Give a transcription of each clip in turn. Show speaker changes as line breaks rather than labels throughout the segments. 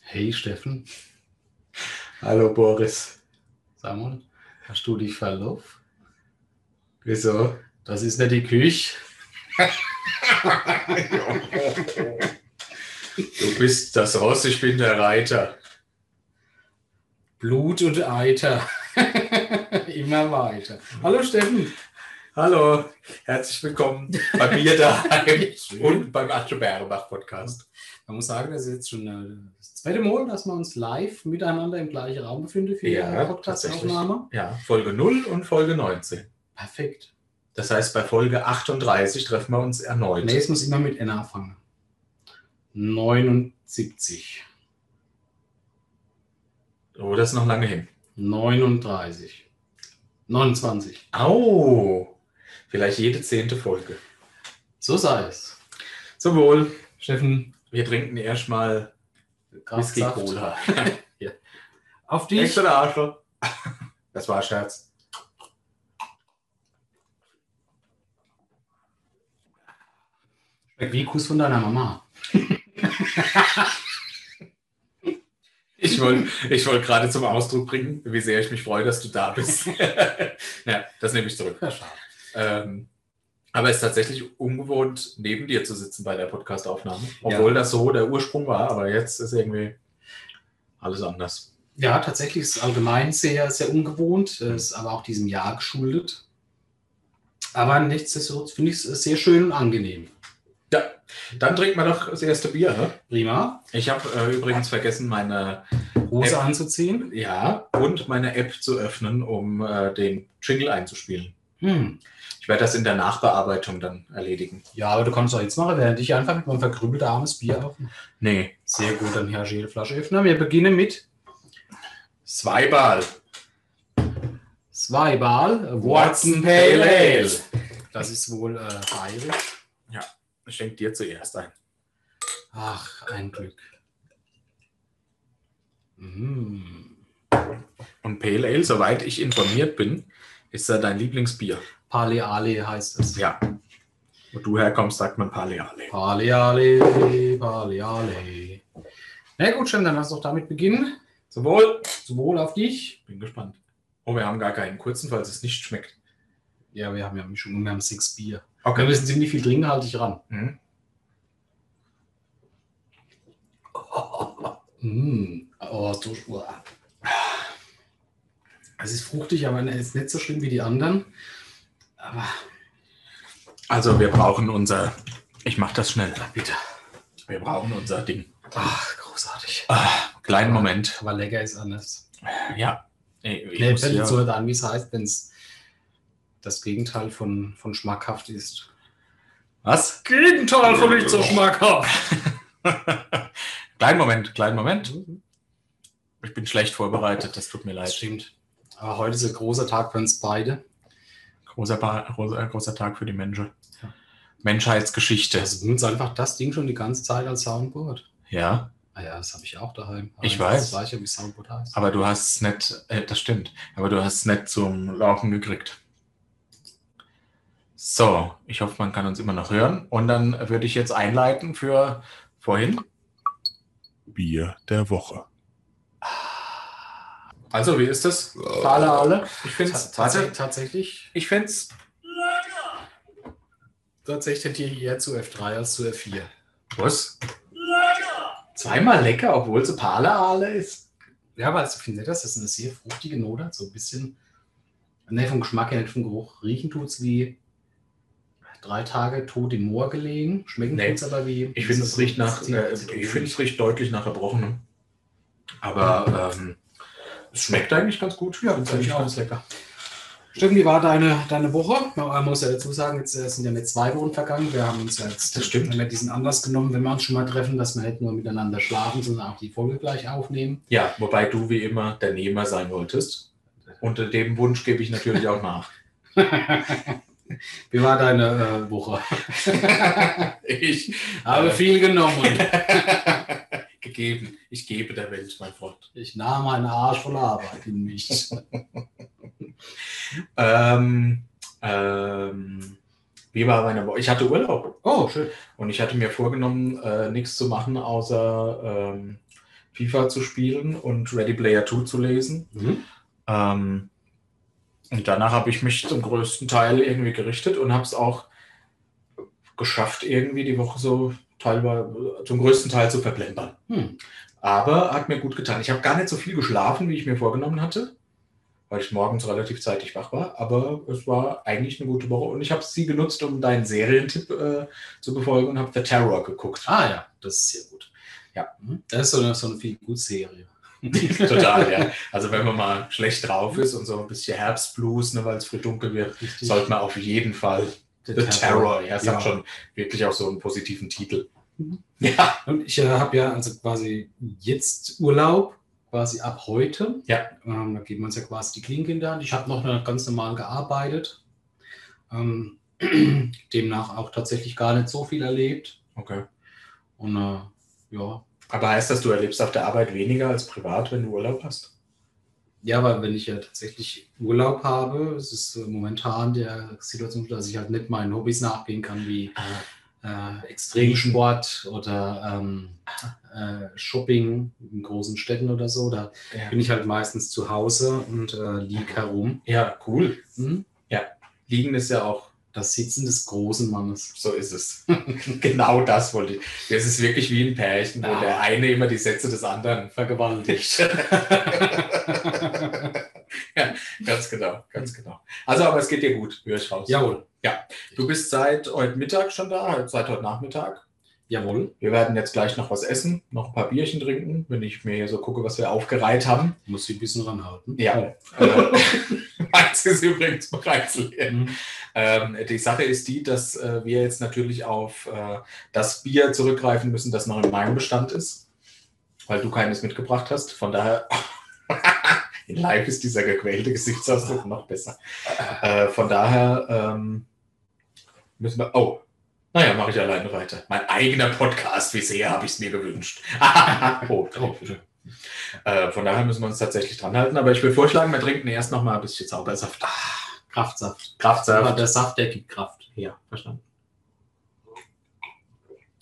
Hey Steffen. Hallo Boris. Samuel, hast du dich verlauft?
Wieso?
Das ist nicht die Küche.
Du bist das Ross, ich bin der Reiter.
Blut und Eiter. Immer weiter. Hallo Steffen.
Hallo, herzlich willkommen bei mir daheim und beim Atze Bärebach Podcast.
Man muss sagen, das ist jetzt schon äh, das zweite Mal, dass wir uns live miteinander im gleichen Raum befinden für
Ja,
die Podcast-Aufnahme.
Ja, Folge 0 und Folge 19.
Perfekt.
Das heißt, bei Folge 38 treffen wir uns erneut.
Nee, es muss immer mit N anfangen. 79.
Oh, das ist noch lange hin.
39. 29.
Au! Vielleicht jede zehnte Folge.
So sei es.
Zum Wohl.
Steffen,
Wir trinken erstmal Whisky
Kraftsaft.
Cola.
Auf dich.
Echt oder Arschloch? Das war ein Scherz.
Schmeckt Wie Kuss von deiner Mama.
Ich wollte ich wollt gerade zum Ausdruck bringen, wie sehr ich mich freue, dass du da bist. ja, das nehme ich zurück.
Ja, schade.
Ähm, aber es ist tatsächlich ungewohnt, neben dir zu sitzen bei der Podcastaufnahme. Obwohl das so der Ursprung war, aber jetzt ist irgendwie alles anders.
Ja, tatsächlich ist es allgemein sehr, sehr ungewohnt, äh, ist aber auch diesem Jahr geschuldet. Aber nichtsdestotrotz finde ich es sehr schön und angenehm.
Ja, dann trinken wir doch das erste Bier. Ne?
Prima,
Ich habe äh, übrigens vergessen, meine
Hose
Äh,
anzuziehen.
ja und meine App zu öffnen, um äh, den Jingle einzuspielen.
Hm.
Ich werde das in der Nachbearbeitung dann erledigen.
Ja, aber du kannst auch jetzt machen, während ich einfach mit meinem verkrüppelten armes Bier auf.
Nee,
Sehr gut, dann herrscht jede Flasche öffnen. Wir beginnen mit
Zweibal.
Zweibal
Watson Pale Ale.
Das ist wohl äh, bayerisch.
Schenk dir zuerst ein.
Ach, ein Glück. Mm.
Und Pale Ale, soweit ich informiert bin, ist ja dein Lieblingsbier.
Pale Ale heißt es.
Ja. Wo du herkommst, sagt man Pale Ale.
Pale Ale, Pale Ale. Na gut, schön, dann lass doch damit beginnen.
Zum Wohl.
Sowohl auf dich.
Bin gespannt. Oh, wir haben gar keinen kurzen, falls es nicht schmeckt.
Ja, wir haben ja schon wir haben sechs Bier. Wir
Okay.
müssen ziemlich viel trinken, halte ich ran.
Mhm.
Mm. Oh, so uah. Es ist fruchtig, aber es ist nicht so schlimm wie die anderen. Aber
Also wir brauchen unser... Ich mach das schnell.
bitte.
Wir brauchen unser Ding.
Ach, großartig.
Kleinen Moment.
Aber lecker ist anders.
Ja. Nee, ich
Nee,
muss
fällt
hier-
jetzt so nicht an, wie es heißt, wenn es das Gegenteil von, von schmackhaft ist.
Was?
Gegenteil
von nicht so
schmackhaft.
Kleinen Moment, kleinen Moment. Ich bin schlecht vorbereitet, das tut mir
Das
leid.
stimmt. Aber heute ist ein großer Tag für uns beide.
Großer, Ba- großer, großer Tag für die Menschen.
Ja.
Menschheitsgeschichte.
Also,
Das benutzt einfach das Ding schon die ganze Zeit als Soundboard.
Ja,
Ah ja, das habe ich auch daheim.
Ich
das
weiß.
ist Das gleiche, wie Soundboard heißt.
aber du hast es nicht, äh, das stimmt, aber du hast es nicht zum Laufen gekriegt. So, ich hoffe, man kann uns immer noch hören. Und dann würde ich jetzt einleiten für vorhin.
Bier der Woche.
Also, wie ist das? Alle, alle. Ich finde
Äh, Ta-
es.
tatsächlich, tatsächlich,
Ich finde es.
tatsächlich hätte ich eher zu F3 als zu F4.
Was? Zweimal lecker, obwohl es Palaale ist.
Ja, aber ich finde das, das ist eine sehr fruchtige Note, hat so ein bisschen, ne, vom Geschmack her, nicht vom Geruch. Riechen tut es wie drei Tage tot im Moor gelegen, schmecken
Nee.
tut's aber wie...
Ich finde, es riecht nach, äh, ich finde, es riecht deutlich nach Erbrochenem. Aber ähm, es schmeckt eigentlich ganz gut. Ja,
finde ich auch.
lecker.
Steffen, wie war deine, deine Woche? Man muss ja dazu sagen, jetzt äh, sind ja nicht zwei Wochen vergangen. Wir haben uns ja jetzt
Das stimmt.
Haben ja diesen Anlass genommen, wenn wir uns schon mal treffen, dass wir nicht nur miteinander schlafen, sondern auch die Folge gleich aufnehmen.
Ja, wobei du wie immer der Nehmer sein wolltest. Unter dem Wunsch gebe ich natürlich auch nach.
Wie war deine äh, Woche?
ich
Habe
Äh.
viel genommen.
gegeben, ich gebe der Welt, mein Freund.
Ich nahm einen Arsch voller Arbeit in mich.
Ähm, ähm, wie war meine Woche? Ich hatte Urlaub
Oh, schön.
und ich hatte mir vorgenommen, äh, nichts zu machen, außer ähm, FIFA zu spielen und Ready Player 2 zu lesen.
Mhm.
Ähm, und danach habe ich mich zum größten Teil irgendwie gerichtet und habe es auch geschafft, irgendwie die Woche so teilweise zum größten Teil zu verplempern.
Hm.
Aber hat mir gut getan. Ich habe gar nicht so viel geschlafen, wie ich mir vorgenommen hatte, weil ich morgens relativ zeitig wach war. Aber es war eigentlich eine gute Woche und ich habe sie genutzt, um deinen Serientipp äh, zu befolgen und habe The Terror geguckt.
Ah ja, das ist sehr gut.
Ja.
Mhm. Das ist so eine, so eine viel gut Serie.
Total, ja. Also wenn man mal schlecht drauf ist und so ein bisschen Herbstblues, ne, weil es früh dunkel wird,
Richtig.
sollte man auf jeden Fall The Terror. Ja, es
Ja.
hat schon wirklich auch so einen positiven Titel.
Mhm.
Ja,
Und ich äh, habe ja also quasi jetzt Urlaub, quasi ab heute.
Ja.
Ähm, da geben wir uns ja quasi die Klinke in die Hand. Ich habe noch äh, ganz normal gearbeitet. Ähm, demnach auch tatsächlich gar nicht so viel erlebt.
okay.
Und äh, ja,
Aber heißt das, du erlebst auf der Arbeit weniger als privat, wenn du Urlaub hast?
Ja, weil wenn ich ja tatsächlich Urlaub habe, es ist äh, momentan der Situation, dass ich halt nicht meinen Hobbys nachgehen kann, wie
Ah,
äh, Extremsport oder ähm, äh, Shopping in großen Städten oder so. Da
Ja.
bin ich halt meistens zu Hause und äh, liege herum.
ja, cool.
Hm?
Liegen ist ja auch,
Das Sitzen des großen Mannes.
so ist es. genau das wollte ich. Es ist wirklich wie ein Pärchen, wo
Ah.
der eine immer die Sätze des anderen vergewaltigt. ja, ganz genau, ganz genau. Also, aber es geht dir gut, höre ich raus.
Jawohl.
Du bist seit heute Mittag schon da, seit heute Nachmittag.
Jawohl.
Wir werden jetzt gleich noch was essen, noch ein paar Bierchen trinken, wenn ich mir hier so gucke, was wir aufgereiht haben.
Muss ich ein bisschen ranhalten. Oh,
Ja. äh, Meins ist übrigens bereits leer.
Mhm.
Ähm, die Sache ist die, dass äh, wir jetzt natürlich auf äh, das Bier zurückgreifen müssen, das noch in meinem Bestand ist, weil du keines mitgebracht hast. Von daher, in Live ist dieser gequälte Gesichtsausdruck noch besser. Äh, von daher ähm, müssen wir. Oh, naja, mache ich alleine weiter. Mein eigener Podcast, wie sehr habe ich es mir gewünscht. oh,
Oh,
äh, von daher müssen wir uns tatsächlich dran halten. Aber ich will vorschlagen, wir trinken erst noch mal ein bisschen Zaubersaft.
Kraftsaft. Aber
Kraftsaft.
der Saft, der gibt Kraft.
Ja, verstanden.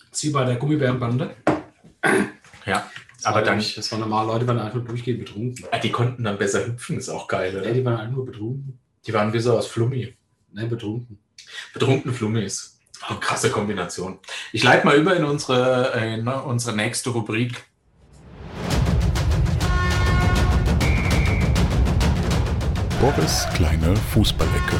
Das ist wie bei der Gummibärenbande.
Aber
das war
dann,
nämlich- Das waren normal Leute, die waren einfach durchgehend betrunken.
ah, die konnten dann besser hüpfen, ist auch geil,
Ja,
oder?
die waren halt nur betrunken.
Die waren wie so aus Flummi.
Nein, betrunken.
Betrunkene Flummis. Eine krasse Kombination. Ich leite mal über in unsere, äh, in unsere nächste Rubrik.
Boris kleine Fußballecke.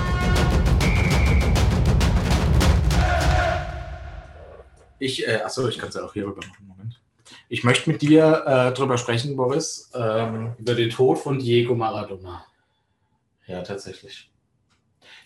Ich, äh, achso, ich kann es ja auch hier rüber machen. Moment. Ich möchte mit dir äh, drüber sprechen, Boris. Ähm,
Über den Tod von Diego Maradona.
ja, tatsächlich.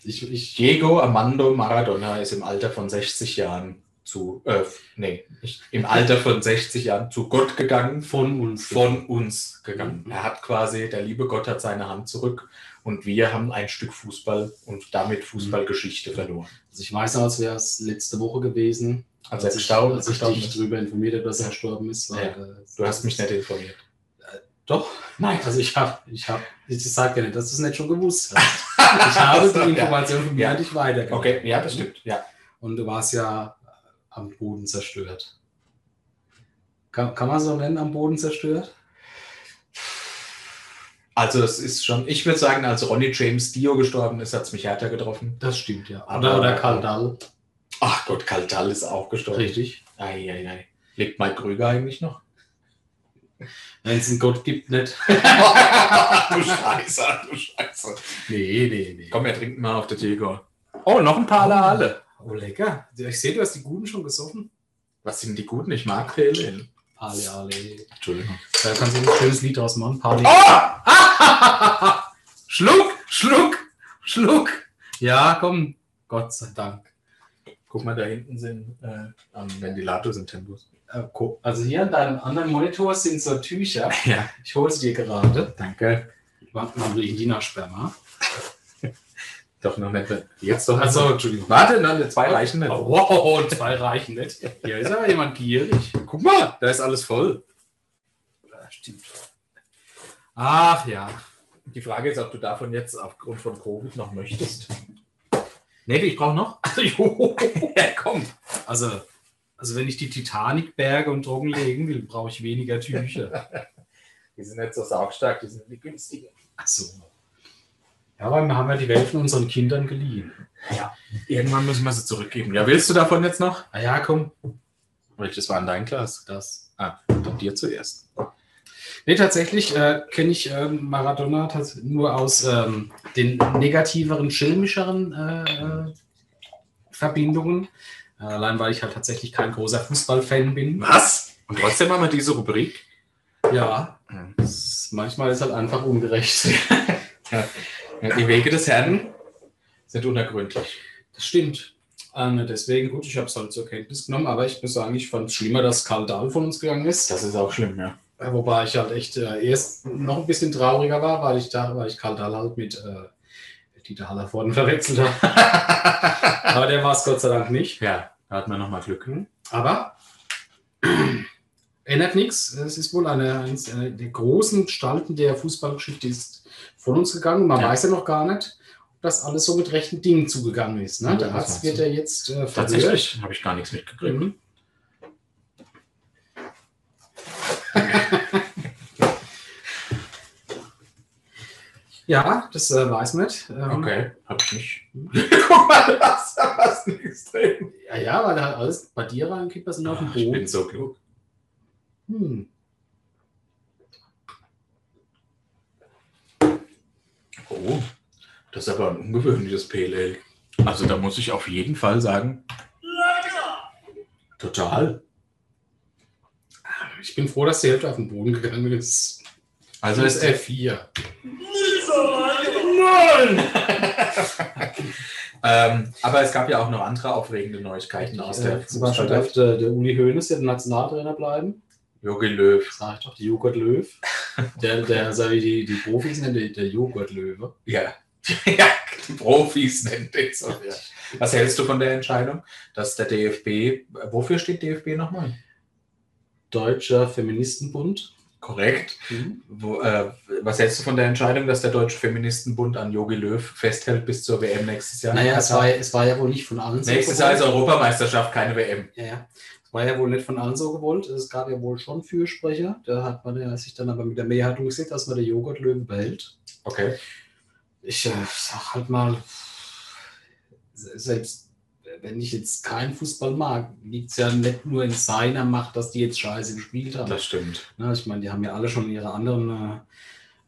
Ich, ich, Diego Armando Maradona ist im Alter von 60 Jahren zu, äh, nee, nicht, im Alter von 60 Jahren zu Gott gegangen.
Von uns.
von uns gegangen.
Mhm.
Er hat quasi, der liebe Gott hat seine Hand zurück und wir haben ein Stück Fußball und damit Fußballgeschichte verloren.
Also ich weiß noch, als wäre es letzte Woche gewesen,
Als er
Also ich,
gestorben,
als ich
gestorben
dich
ist.
darüber informiert habe, dass er gestorben ist. Weil, äh,
Du hast mich nicht informiert.
Doch, nein, also ich habe, ich habe, ich sage ja nicht, dass du es nicht schon gewusst hast. Ich habe
Ja.
die Information von mir
Ja.
an dich weitergegeben.
Okay, ja, das stimmt. Ja.
Und du warst ja am Boden zerstört. Kann, kann man so nennen, am Boden zerstört?
Also es ist schon, ich würde sagen, als Ronnie James Dio gestorben ist, hat es mich härter getroffen.
Das stimmt, ja.
Aber-
Oder, oder Karl Dall.
Ach Gott, Kaltal ist auch gestorben.
Richtig.
Ei, ei, ei. Lebt Mike Krüger eigentlich noch?
Wenn es einen Gott gibt, nicht.
du Scheiße, du Scheiße.
Nee, nee, nee.
Komm, wir trinken mal auf der Diego. Oh, noch ein paar alle alle.
Oh, lecker. Ich sehe, du hast die Guten schon gesoffen.
Was sind die guten? Ich mag Pale
Pale Ale.
Entschuldigung.
Da kannst du ein schönes Lied draus machen. Pale Ale.
Oh! Schluck, Schluck, Schluck.
Ja, komm. Gott sei Dank.
Guck mal, da hinten sind äh, am Ventilator sind Tempos.
Äh, gu- Also hier an deinem anderen Monitor sind so Tücher.
Ja,
Ich hole sie dir gerade.
danke.
Warte mal, riechen die nach Sperma?
Doch noch nicht. Jetzt doch. Also,
Achso, Entschuldigung.
warte, nein, die zwei reichen nicht.
Wow, zwei reichen nicht. Hier ist aber jemand gierig.
Guck mal, da ist alles voll.
Ja, Stimmt. Ach ja.
Die Frage ist, ob du davon jetzt aufgrund von Covid noch möchtest. Nee, ich brauche noch. Jo, ja, komm.
Also, Also wenn ich die Titanic berge und Drogen legen will, brauche ich weniger Tücher.
Die sind nicht so saugstark, die sind die günstigen.
Ach so. Ja, aber wir haben ja die Welt von unseren Kindern geliehen.
Irgendwann müssen wir sie zurückgeben. Ja, willst du davon jetzt noch?
Na Ah ja, komm.
Welches war in deinem Glas? Das. Ah, dann dir zuerst.
Nee, tatsächlich äh, kenne ich ähm, Maradona tats- nur aus ähm, den negativeren, schelmischeren äh, äh, Verbindungen. Äh, Allein weil ich halt tatsächlich kein großer Fußballfan bin.
Was? Und trotzdem haben wir diese Rubrik.
Ja, es ist, manchmal ist halt einfach ungerecht.
Ja, Die Wege des Herrn sind unergründlich.
Das stimmt. Ähm, deswegen, gut, ich habe es halt zur Kenntnis genommen, aber ich muss sagen, ich fand es schlimmer, dass Karl Dahl von uns gegangen ist.
ist auch schlimm, ja.
Äh, Wobei ich halt echt äh, erst noch ein bisschen trauriger war, weil ich da, weil ich Karl Dahl halt mit äh, Dieter Hallervorden verwechselt habe. aber der war es Gott sei Dank nicht.
Ja, da hat man nochmal Glück. Hm?
Aber ändert nichts. Es ist wohl eine, eines äh, der großen Gestalten der Fußballgeschichte ist von uns gegangen. Man
Ja.
weiß ja noch gar nicht, ob das alles so mit rechten Dingen zugegangen ist. Ne?
Ja,
Der
das
Arzt
meinst du.
wird ja jetzt äh, verhört.
Tatsächlich habe ich gar nichts mitgekriegt.
Mhm. ja, das äh, weiß man nicht. Ähm,
Okay, habe ich nicht. Guck mal, das hast du nichts drin.
Ja, ja, weil da alles bei dir reinkippt, was sind auf dem
Ach, ich bin
Boden.
so klug.
Hm.
Oh, das ist aber ein ungewöhnliches PLL. Also da muss ich auf jeden Fall sagen. Total.
Ich bin froh, dass die Hälfte auf den Boden gegangen ist.
Also
Also ist
ist der
F4.
Nein! ähm, aber es gab ja auch noch andere aufregende Neuigkeiten aus der
Äh, zum Beispiel darf der, der Uli Hoeneß ja der Nationaltrainer bleiben.
Jogi Löw.
Sag ich doch, die Joghurt Löw. Der, der, sag ich, die, die Profis nennen den der Joghurt Löwe.
Ja. ja, die Profis nennt den so. Ja. Was hältst du von der Entscheidung, dass der DFB, wofür steht DFB nochmal?
Deutscher Feministenbund.
Korrekt.
Mhm.
Wo, äh, was hältst du von der Entscheidung, dass der Deutsche Feministenbund an Jogi Löw festhält bis zur WM nächstes Jahr?
Naja, es war, es war ja wohl nicht von allen
nächstes
so
Jahr ist
gewollt.
Europameisterschaft, keine WM.
Ja, ja. Es war ja wohl nicht von allen so gewollt. Es gab ja wohl schon Fürsprecher. Da hat man ja sich dann aber mit der Mehrheit durchgesetzt, dass man den Joghurtlöwen behält.
Okay.
Ich äh, sag halt mal, se- selbst wenn ich jetzt keinen Fußball mag, liegt es ja nicht nur in seiner Macht, dass die jetzt scheiße gespielt haben.
Das stimmt.
Na, Ne, ich meine, die haben ja alle schon ihre anderen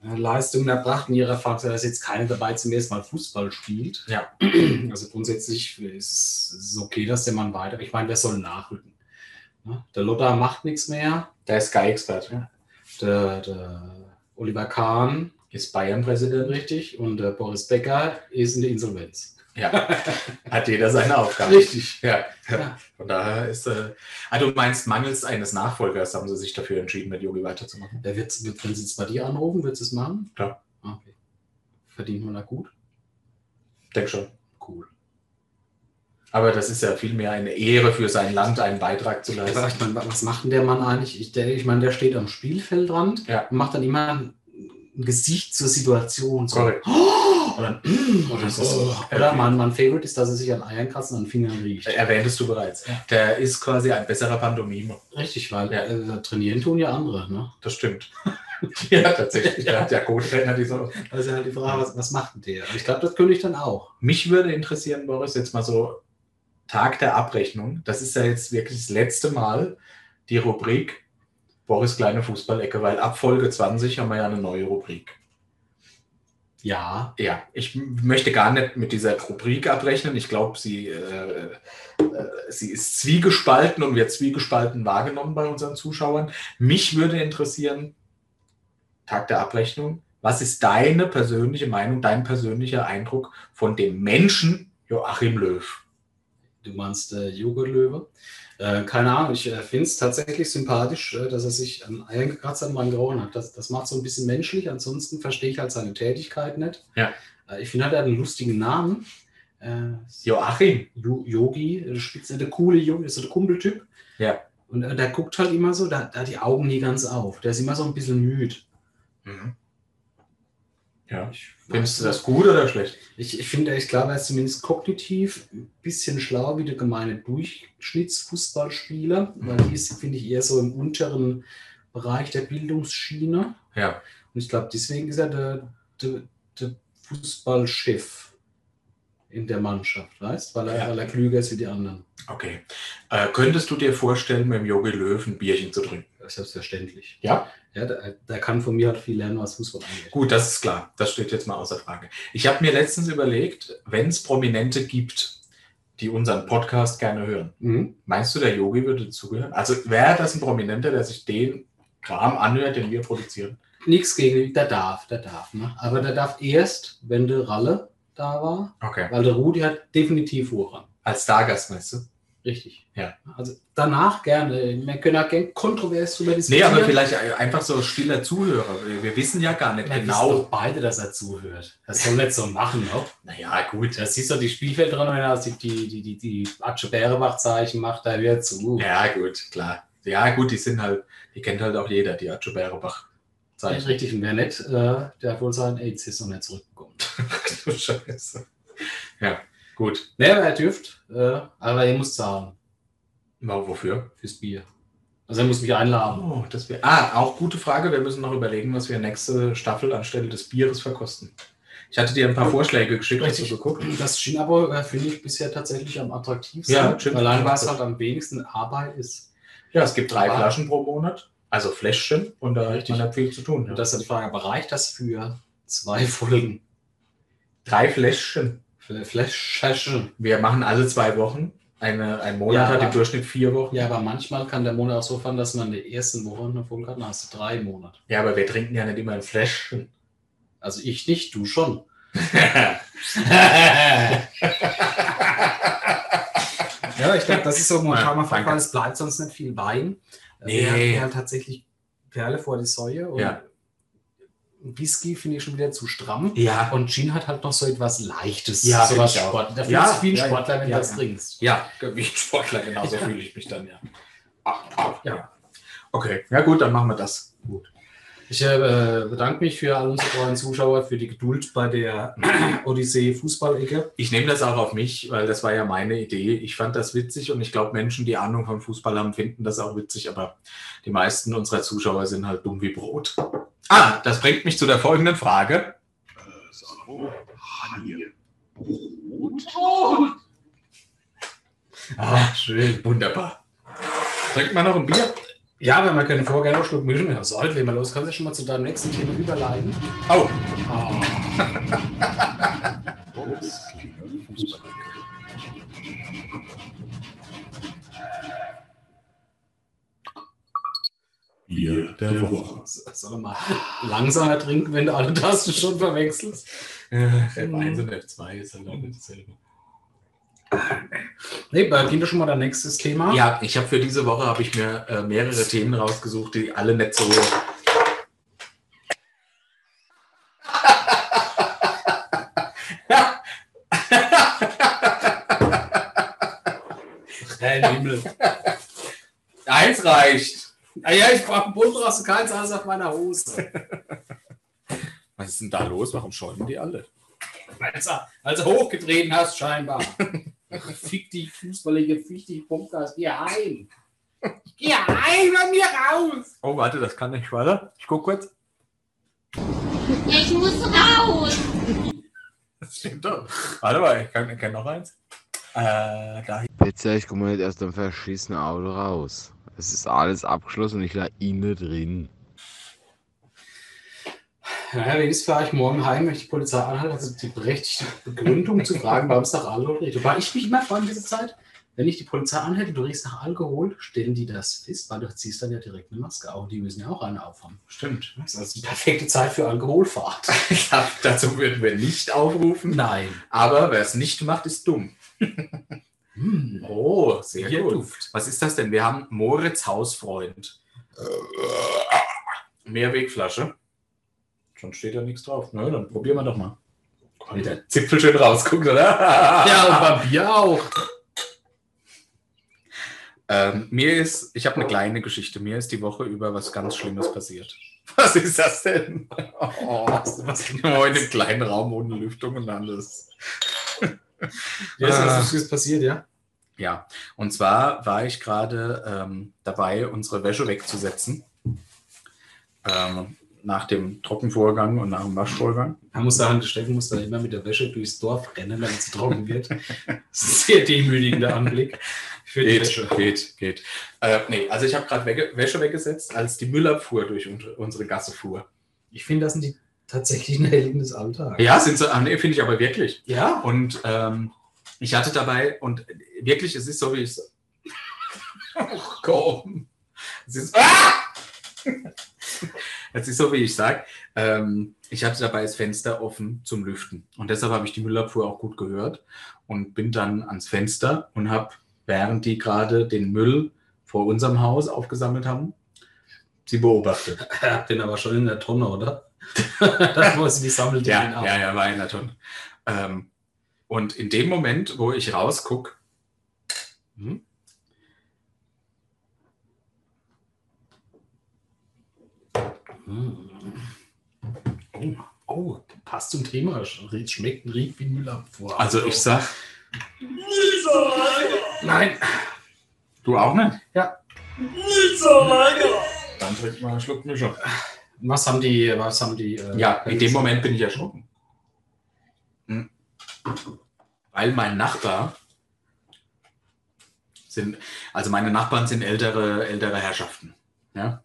äh, äh, Leistungen erbracht in ihrer Fahrt. Da ist jetzt keiner dabei, zum ersten Mal Fußball spielt.
Ja.
Also grundsätzlich ist es okay, dass der Mann weiter. Ich meine, wer soll nachrücken? Ne? Der Lothar macht nichts mehr.
Der ist Sky-Experte.
Der, der Oliver Kahn,
Ist Bayern-Präsident.
richtig. Und der Boris Becker ist in der Insolvenz.
Ja. Hat jeder seine Aufgabe.
Richtig.
Ja.
Ja.
Von daher ist. Äh, ah, du meinst, mangels eines Nachfolgers haben sie sich dafür entschieden, mit Jogi weiterzumachen.
Wer wird's, wird, wenn sie jetzt bei dir anrufen, wird es machen?
Klar.
Ah, Okay. Verdient man da gut?
Denk schon.
Cool.
Aber das ist ja vielmehr eine Ehre für sein Land, einen Beitrag zu
Aber
leisten.
ich meine, was macht denn der Mann eigentlich? Ich, der, ich meine, der steht am Spielfeldrand
Ja.
und macht dann immer ein ein Gesicht zur Situation. So.
Korrekt.
Oh!
Und dann
Oder, so.
Ja.
oder mein, mein Favorite ist, dass er sich an Eiern kratzt und an Fingern riecht.
erwähntest du bereits.
Ja.
Der ist quasi ein besserer Pantomime.
Richtig, weil
Ja.
äh, trainieren tun ja andere. Ne?
Das stimmt. ja, tatsächlich. Der hat ja Co-Trainer, die so.
Da ist ja halt die Frage, was, was macht denn der? Und ich glaube, das könnte ich dann auch.
Mich würde interessieren, Boris, jetzt mal so Tag der Abrechnung. Das ist ja jetzt wirklich das letzte Mal die Rubrik Boris kleine Fußballecke, weil ab Folge 20 haben wir ja eine neue Rubrik.
Ja,
Ja, ich m- möchte gar nicht mit dieser Rubrik abrechnen. Ich glaube, sie, äh, äh, sie ist zwiegespalten und wird zwiegespalten wahrgenommen bei unseren Zuschauern. Mich würde interessieren, Tag der Abrechnung, was ist deine persönliche Meinung, dein persönlicher Eindruck von dem Menschen Joachim Löw?
du meinst äh, Joghurtlöwe. Äh, keine Ahnung, ich äh, finde es tatsächlich sympathisch, äh, dass er sich an Eiern gekratzt hat und an Grauen hat. Das, das macht so ein bisschen menschlich, ansonsten verstehe ich halt seine Tätigkeit nicht.
Ja.
Äh, ich finde halt, er hat einen lustigen Namen. Äh,
Joachim?
Jo- Yogi, äh, spitze, der coole Junge, ist so der Kumpeltyp.
Ja.
Und äh, der guckt halt immer so, da, da hat die Augen nie ganz auf. Der ist immer so ein bisschen müde.
Ja.
Ich,
Mhm. Findest du das gut oder schlecht?
ich, ich finde echt klar, weil es zumindest kognitiv ein bisschen schlau wie der gemeine Durchschnittsfußballspieler, weil die ist, finde ich, eher so im unteren Bereich der Bildungsschiene.
Ja.
Und ich glaube, deswegen ist er der, der, der Fußballchef in der Mannschaft, weißt weil er,
Ja.
weil er klüger ist wie die anderen.
Okay. Äh, könntest du dir vorstellen, mit dem Jogi Löw ein Bierchen zu trinken?
Selbstverständlich.
Ja.
Ja, der, der kann von mir halt viel lernen, was Fußball angeht.
Gut, das ist klar. Das steht jetzt mal außer Frage. Ich habe mir letztens überlegt, wenn es Prominente gibt, die unseren Podcast gerne hören,
Mhm.
meinst du, der Yogi würde zugehören? Also wäre das ein Prominenter, der sich den Kram anhört, den wir produzieren?
Nichts gegen, der darf, der darf. Ne? Aber der darf erst, wenn der Ralle da war,
Okay.
weil der Rudi hat definitiv Vorrang.
Als Stargast, meinst du?
Richtig.
Ja.
Also danach gerne. Wir können auch gerne kontrovers über
Nee,
diskutieren.
aber vielleicht einfach so stiller Zuhörer. Wir, wir wissen ja gar nicht
Wir wissen
genau.
doch beide, dass er zuhört. Das soll nicht so machen, ne?
Naja, gut.
Da siehst du die Spielfeldrin, wenn er sich die, die, die, die Atsche Bärebach-Zeichen macht, da hört zu.
Ja, gut, klar. Ja, gut, die sind halt, die kennt halt auch jeder, die Acho Bach.
Das ist
Zeichen.
richtig. Und wer nicht, äh, der hat wohl seinen AIDS, ist noch nicht zurückgekommen.
Du Scheiße. Ja, gut.
Nee, aber er dürft, äh, aber er muss zahlen
Warum, wofür?
fürs Bier. Also er muss mich einladen.
Oh, das wär, ah, auch gute Frage. Wir müssen noch überlegen, was wir nächste Staffel anstelle des Bieres verkosten. Ich hatte dir ein paar Vorschläge geschickt, hast du
Oh. Richtig.
geguckt?
Das Shin-Abo äh, finde ich bisher tatsächlich am attraktivsten.
Ja, schön.
Allein weil es halt am wenigsten Arbeit ist.
Ja, es gibt drei
Ah.
Flaschen pro Monat, also Fläschchen, und da hat
Richtig.
man halt viel zu tun.
Und
Ja.
das ist dann die Frage, aber reicht das für zwei Folgen?
drei Fläschchen.
Für Flash-Session.
Wir machen alle zwei Wochen. Eine, ein Monat
Ja,
hat im
aber-
Durchschnitt vier Wochen.
Ja, aber manchmal kann der Monat auch so fahren, dass man in der ersten Woche eine Folge hat, dann hast du drei Monate.
Ja, aber wir trinken ja nicht immer ein Fläschchen.
Also ich nicht, du schon. Ja, ich glaube, das ist so momentan mal
danke.
Fakt, weil es bleibt sonst nicht viel Wein. Also
Nee.
Wir haben wir haben tatsächlich Perle vor die Säue und
Ja.
Whisky finde ich schon wieder zu stramm.
ja.
Und Gin hat halt noch so etwas Leichtes.
Ja,
so was
finde ich auch.
Sport. Da
Ja,
fühlst du viel
ja,
Sportler, wenn
ja,
du das
ja.
trinkst.
Ja, wie ein Sportler, genauso fühle ich mich dann, ja. Ach, ach,
Ja.
ja. Okay, ja gut, dann machen wir das. Gut.
Ich äh, bedanke mich für alle unsere treuen Zuschauer, für die Geduld bei der Odyssee Fußball-Ecke.
Ich nehme das auch auf mich, weil das war ja meine Idee. Ich fand das witzig und ich glaube, Menschen, die Ahnung von Fußball haben, finden das auch witzig, aber die meisten unserer Zuschauer sind halt dumm wie Brot. Ah, das bringt mich zu der folgenden Frage.
Ah, schön.
Wunderbar. Trinkt man noch ein Bier?
Ja, aber wir können vorher gerne noch einen Schluck mischen. Ja, sollte, wenn wir los, kannst du schon mal zu deinem nächsten Thema überleiten.
Oh,
Ah.
Bobbys kleine Fußballecke. Bier der Woche.
Soll mal langsamer trinken, wenn du alle Tasten schon verwechselst?
Äh, F1 und F2 ist halt auch nicht dasselbe.
Nee, beginnt doch schon mal dein nächstes Thema.
Ja, ich habe für diese Woche habe ich mir äh, mehrere Themen rausgesucht, die alle nicht so.
Hell Himmel.
Eins reicht.
Naja, Ah ich brauche einen Bund, brauchst du keins alles auf meiner Hose.
Was ist denn da los? Warum schäumen die alle?
Als du- als du hochgetreten hast, scheinbar. Fick die Fußballige, fick die Podcast. Geh heim. Geh heim bei mir raus.
Oh, warte, das kann nicht, warte. Ich guck kurz.
Ich muss raus.
Das stimmt doch. Warte mal, ich kann, ich kann noch eins. Äh, da
Pizza, ich komme nicht aus dem verschissenen Auto raus. Es ist alles abgeschlossen und ich lag innen drin.
Naja, wenigstens fahre ich morgen heim, wenn ich die Polizei anhalte, also die berechtigte Begründung zu fragen, warum es nach Alkohol riecht. Wobei ich mich immer frage in dieser Zeit, wenn ich die Polizei anhalte, du riechst nach Alkohol, stellen die das fest, weil du ziehst dann ja direkt eine Maske auf. Die müssen ja auch eine aufhaben.
stimmt.
Das ist also die perfekte Zeit für Alkoholfahrt.
Ich glaub, dazu würden wir nicht aufrufen.
Nein.
Aber wer es nicht macht, ist dumm.
Hm.
Oh, sehr
Hier
gut.
Duft.
Was ist das denn? Wir haben Moritz Hausfreund. Mehrwegflasche. Schon steht da nichts drauf. Na, dann probieren wir doch mal. Wie der Zipfel schön
Ah.
rausguckt, oder?
Ja, und beim Bier auch.
Ähm, mir ist, ich habe eine kleine Geschichte. Mir ist die Woche über was ganz Schlimmes passiert. Was ist das denn? Oh, was in einem kleinen Raum ohne Lüftung und alles.
Ja, ist was Lustiges passiert, ja?
Ja, und zwar war ich gerade ähm, dabei, unsere Wäsche wegzusetzen. Ähm, nach dem Trockenvorgang und nach dem Waschvorgang.
Man muss sagen, Steffen muss dann immer mit der Wäsche durchs Dorf rennen, damit sie trocken wird. Das ist ein sehr demütigender Anblick für die Wäsche.
Geht, geht, geht. Äh, nee, also ich habe gerade wegge- Wäsche weggesetzt, als die Müllabfuhr durch unsere- unsere Gasse fuhr.
Ich finde, das sind die tatsächlich ein Helden des Alltags.
Ja, sind so, ah, nee, finde ich aber wirklich.
Ja?
Und ähm, ich hatte dabei, und wirklich, es ist so, wie ich es. Ach komm. Es ist. Ah! Es ist so, wie ich sage. Ähm, ich hatte dabei das Fenster offen zum Lüften. Und deshalb habe ich die Müllabfuhr auch gut gehört und bin dann ans Fenster und habe, während die gerade den Müll vor unserem Haus aufgesammelt haben, sie beobachtet.
Er hat den aber schon in der Tonne, oder? da muss die sammelt
Ja,
den ab.
ja, ja, war einer schon. Ähm, und in dem Moment, wo ich rausguck, hm,
Hm. Oh, oh, passt zum Thema. Rie- Schmeckt und riecht wie Müllabfuhr.
also ich sag,
Nicht so lange!
nein, du auch nicht?
Nicht so lange!
Dann trinkt mal einen Schluck Mischung.
Was haben die, was haben die? äh,
Ja, in dem Moment bin ich erschrocken. Hm. Weil mein Nachbar sind, also meine Nachbarn sind ältere, ältere Herrschaften. Ja?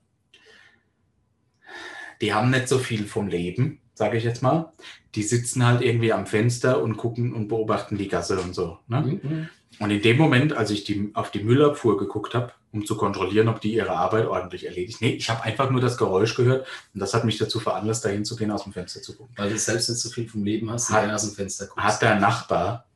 Die haben nicht so viel vom Leben, sage ich jetzt mal. Die sitzen halt irgendwie am Fenster und gucken und beobachten die Gasse und so. Ne?
Mhm.
Und in dem Moment, als ich die, auf die Müllabfuhr geguckt habe, um zu kontrollieren, ob die ihre Arbeit ordentlich erledigt, nee, ich habe einfach nur das Geräusch gehört und das hat mich dazu veranlasst, dahin zu gehen, aus dem Fenster zu gucken.
Weil du selbst nicht so viel vom Leben hast,
Hat-
wenn du aus dem Fenster guckst.
Hat der Nachbar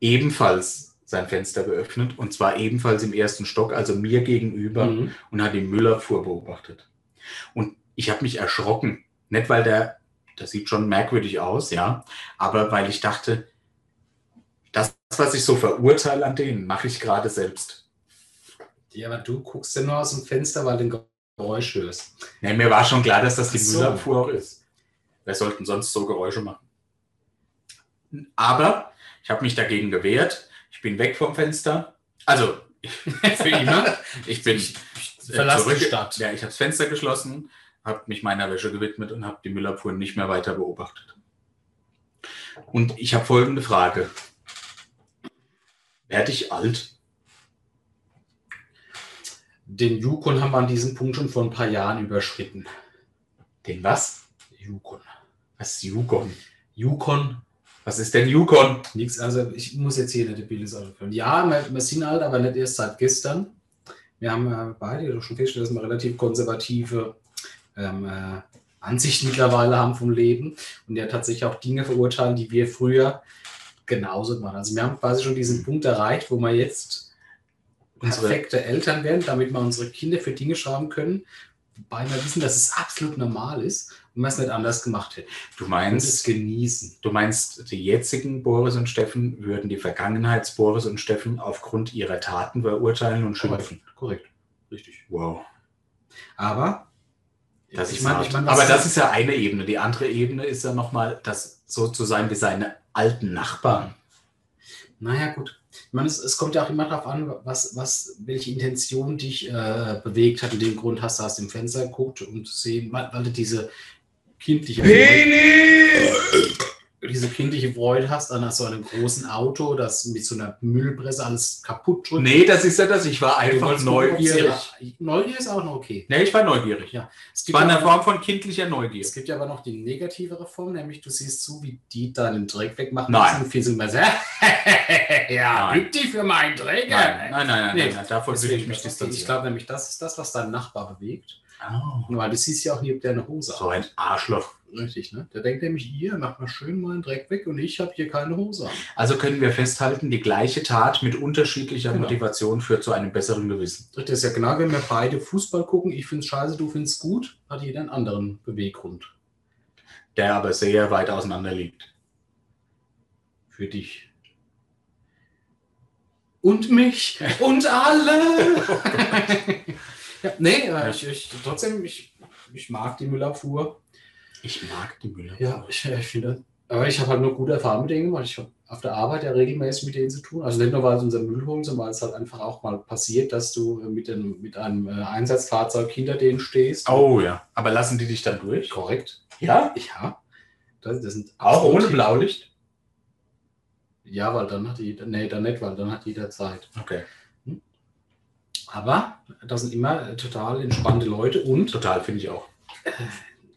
ebenfalls sein Fenster geöffnet und zwar ebenfalls im ersten Stock, also mir gegenüber
Mhm.
und hat die Müllabfuhr beobachtet. Und ich habe mich erschrocken. Nicht, weil der, das sieht schon merkwürdig aus, ja, aber weil ich dachte, das, was ich so verurteile an denen, mache ich gerade selbst.
Ja, aber du guckst ja nur aus dem Fenster, weil du ein Geräusch hörst.
Nee, mir war schon klar, dass das die
Ach so.
Müllabfuhr auch ist. Wer sollten sonst so Geräusche machen? Aber ich habe mich dagegen gewehrt. Ich bin weg vom Fenster. Also, für immer. Ich ne? bin äh,
verlass die
zurück-
Stadt.
Ja, ich habe das Fenster geschlossen, habe mich meiner Wäsche gewidmet und habe die Müllabfuhr nicht mehr weiter beobachtet. Und ich habe folgende Frage. Werde ich alt?
Den Yukon haben wir an diesem Punkt schon vor ein paar Jahren überschritten.
Den was?
Yukon.
Was ist Yukon?
Yukon,
Was ist denn Yukon?
nichts. Also ich muss jetzt hier nicht die Bilder anführen. Ja, wir, wir sind alt, aber nicht erst seit gestern. Wir haben äh, beide doch schon festgestellt, dass wir relativ konservative ähm, äh, Ansichten mittlerweile haben vom Leben und ja tatsächlich auch Dinge verurteilen, die wir früher genauso machen. Also wir haben quasi schon diesen Punkt erreicht, wo wir jetzt
Unsere
perfekte Eltern werden, damit wir unsere Kinder für Dinge schauen können, wobei wir wissen, dass es absolut normal ist und wir es nicht anders gemacht hätten.
Du
Und es
meinst,
genießen.
du meinst, die jetzigen Boris und Steffen würden die Vergangenheits-Boris und Steffen aufgrund ihrer Taten verurteilen und schimpfen.
Korrekt. Richtig.
Wow.
Aber
Das ist
mein-
hart.
mein, was-
Aber das ist ja eine Ebene. Die andere Ebene ist ja nochmal, das so zu sein wie seine alten Nachbarn.
Naja, gut. Ich meine, es, es kommt ja auch immer darauf an, was, was, welche Intention dich äh, bewegt hat. In dem Grund hast du aus dem Fenster geguckt, um zu sehen, weil, weil du diese kindliche diese kindliche Freude hast an so einem großen Auto, das mit so einer Müllpresse alles kaputt drückt.
Nee, das ist ja das. Ich war einfach neugierig.
Neugier ist auch noch okay.
Nee, ich war neugierig.
Ja. Es
Es
gibt,
war eine
aber,
Form von kindlicher Neugier.
es gibt ja aber noch die negativere Form, nämlich du siehst zu, wie die da den Dreck wegmachen
Nein.
müssen und viel sind mehr so, ja,
Nein.
übt die für meinen Dreck.
Nein, nein, nein, nein,
Nee.
nein, nein. davon will
Deswegen,
ich mich
das- ich
distanzieren.
glaube nämlich, das ist das, was deinen Nachbar bewegt.
Oh,
Und Weil du siehst ja auch nie, ob der eine Hose
so ein Arschloch.
hat. Richtig, ne? Der denkt nämlich, ihr macht mal schön meinen Dreck weg und ich habe hier keine Hose an.
Also können wir festhalten, die gleiche Tat mit unterschiedlicher
Genau.
Motivation führt zu einem besseren Gewissen.
Das ist ja genau, wenn wir beide Fußball gucken, ich find's scheiße, du find's gut, hat jeder einen anderen Beweggrund
der aber sehr weit auseinander liegt.
für dich. und mich und alle. ja, nee, äh, ich, ich, trotzdem, ich, ich mag die Müllabfuhr.
Ich mag die Müller.
Ja, ich, ich finde. Aber ich habe halt nur gute Erfahrungen mit denen gemacht. Ich habe auf der Arbeit ja regelmäßig mit denen zu tun. Also nicht nur, weil es unser Müll holen, sondern weil es halt einfach auch mal passiert, dass du äh, mit, dem, mit einem äh, Einsatzfahrzeug hinter denen stehst.
Oh ja. Aber lassen die dich dann durch?
Korrekt.
Ja.
Ja. Das, das sind
Auch
absolut-
ohne Blaulicht?
Ja, weil dann hat jeder, nee, dann nicht, weil dann hat jeder Zeit.
Okay.
Aber das sind immer äh, total entspannte Leute und
Total, finde ich auch.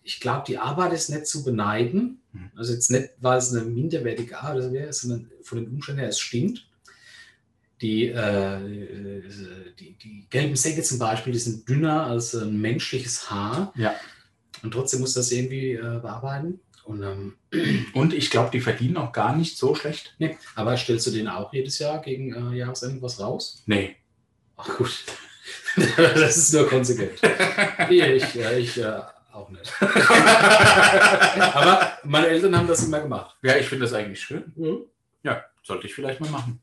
ich glaube, die Arbeit ist nicht zu beneiden.
Mhm.
Also jetzt nicht, weil es eine minderwertige Arbeit wäre, sondern von den Umständen her, es stinkt. Die, äh, äh, die, die gelben Säcke zum Beispiel, die sind dünner als ein menschliches Haar.
Ja.
Und trotzdem muss das irgendwie äh, bearbeiten. Und, ähm,
Und ich glaube, die verdienen auch gar nicht so schlecht.
nee. Aber stellst du den auch jedes Jahr gegen äh, Jahresende was raus?
Nee.
Ach gut. Das ist nur konsequent. Nee, ich äh, ich äh, auch nicht. Aber meine Eltern haben das immer gemacht.
Ja, ich finde das eigentlich schön.
Mhm.
Ja, sollte ich vielleicht mal machen.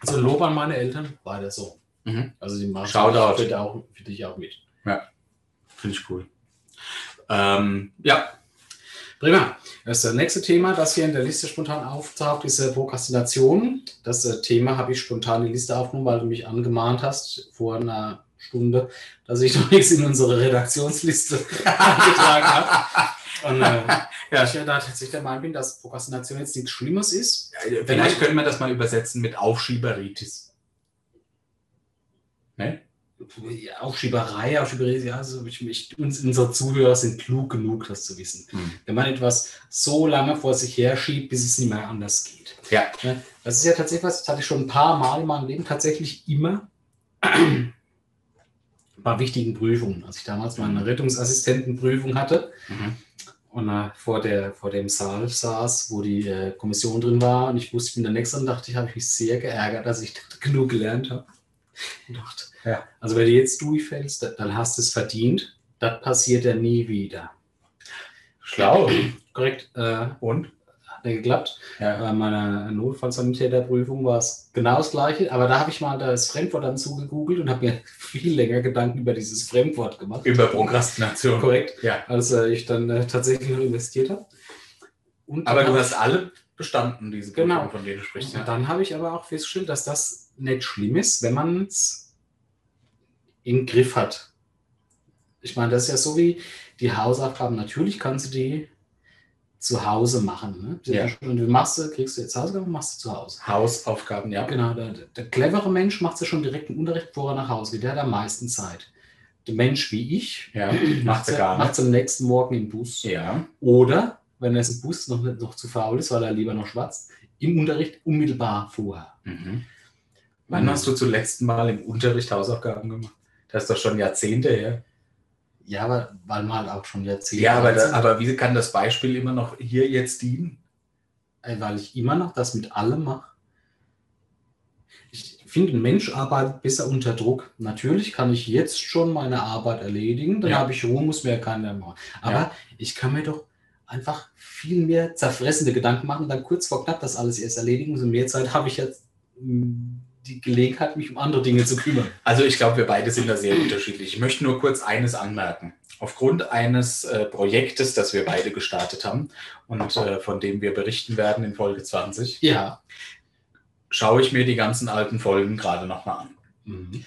Also Lob an meine Eltern war der so.
Mhm.
Also die machen
Shoutout.
für dich auch, für dich auch mit.
Finde ich cool. Ähm, ja,
Prima. Das ist das nächste Thema, das hier in der Liste spontan auftaucht, ist äh, Prokrastination. Das äh, Thema habe ich spontan in die Liste aufgenommen, weil du mich angemahnt hast vor einer Stunde, dass ich noch nichts in unsere Redaktionsliste eingetragen habe. Und äh,
Ja.
ich ja da tatsächlich der Meinung bin, dass Prokrastination jetzt nichts Schlimmes ist.
vielleicht können wir das mal übersetzen mit Aufschieberitis.
Aufschieberei, Aufschieberei, ja, so ich, ich, uns, unsere Zuhörer sind klug genug, das zu wissen.
Mhm.
Wenn man etwas so lange vor sich her schiebt, bis es nicht mehr anders geht.
Ja.
Ne? Das ist ja tatsächlich was, das hatte ich schon ein paar Mal in meinem Leben, tatsächlich immer bei wichtigen Prüfungen. Als ich damals meine Rettungsassistentenprüfung hatte
Hm. Mhm.
und äh, vor, der, vor dem Saal saß, wo die äh, Kommission drin war und ich wusste, ich bin der Nächste und dachte, ich habe mich sehr geärgert, dass ich nicht genug gelernt habe. Und dachte,
Ja.
Also wenn du jetzt durchfällst, da- dann hast du es verdient. Das passiert ja nie wieder.
Schlau.
Korrekt, äh, hat
Und?
ja geklappt. Äh,
Ja.
Bei meiner Notfallsanitäterprüfung war es genau das Gleiche, aber da habe ich mal das Fremdwort dann zugegoogelt und habe mir viel länger Gedanken über dieses Fremdwort gemacht.
Über Prokrastination.
Korrekt,
Ja.
als äh, ich dann äh, tatsächlich noch investiert habe. Und
Aber
dann
du
hab-
hast alle bestanden, diese Prüfung,
Genau.
von denen du
Und
sprichst. Genau. Ja.
dann habe ich aber auch festgestellt, dass das nicht schlimm ist, wenn man es im Griff hat. Ich meine, das ist ja so wie die Hausaufgaben. Natürlich kannst du die zu Hause machen. Ne? Die
Ja.
sind schon- Und du machst sie, kriegst du jetzt Hausaufgaben, machst du zu Hause.
Hausaufgaben, ja.
Genau, der, der clevere Mensch macht ja schon direkt einen Unterricht, bevor er nach Hause geht. Der hat am meisten Zeit. Der Mensch wie ich
Ja, macht sie gar nicht.
macht es am nächsten Morgen im Bus.
Ja.
Oder, wenn er im Bus noch, nicht- noch zu faul ist, weil er lieber noch schwatzt, im Unterricht unmittelbar vorher.
Mhm. Wann hast du zuletzt mal im Unterricht Hausaufgaben gemacht? Das ist doch schon Jahrzehnte her.
Ja, aber, weil man halt auch schon Jahrzehnte
Ja, aber,
alt
da,
sind.
aber wie kann das Beispiel immer noch hier jetzt dienen?
Äh, weil ich immer noch das mit allem mache. Ich finde, ein Mensch arbeitet besser unter Druck. Natürlich kann ich jetzt schon meine Arbeit erledigen, dann
Ja.
habe ich Ruhe, muss mir ja keiner machen. Aber
Ja.
ich kann mir doch einfach viel mehr zerfressende Gedanken machen, dann kurz vor knapp das alles erst erledigen. Und mehr Zeit habe ich jetzt mh, die Gelegenheit, mich um andere Dinge zu kümmern.
Also ich glaube, wir beide sind da sehr unterschiedlich. Ich möchte nur kurz eines anmerken. Aufgrund eines äh, Projektes, das wir beide gestartet haben und äh, von dem wir berichten werden in Folge 20,
Ja.
schaue ich mir die ganzen alten Folgen gerade nochmal an.
Mhm.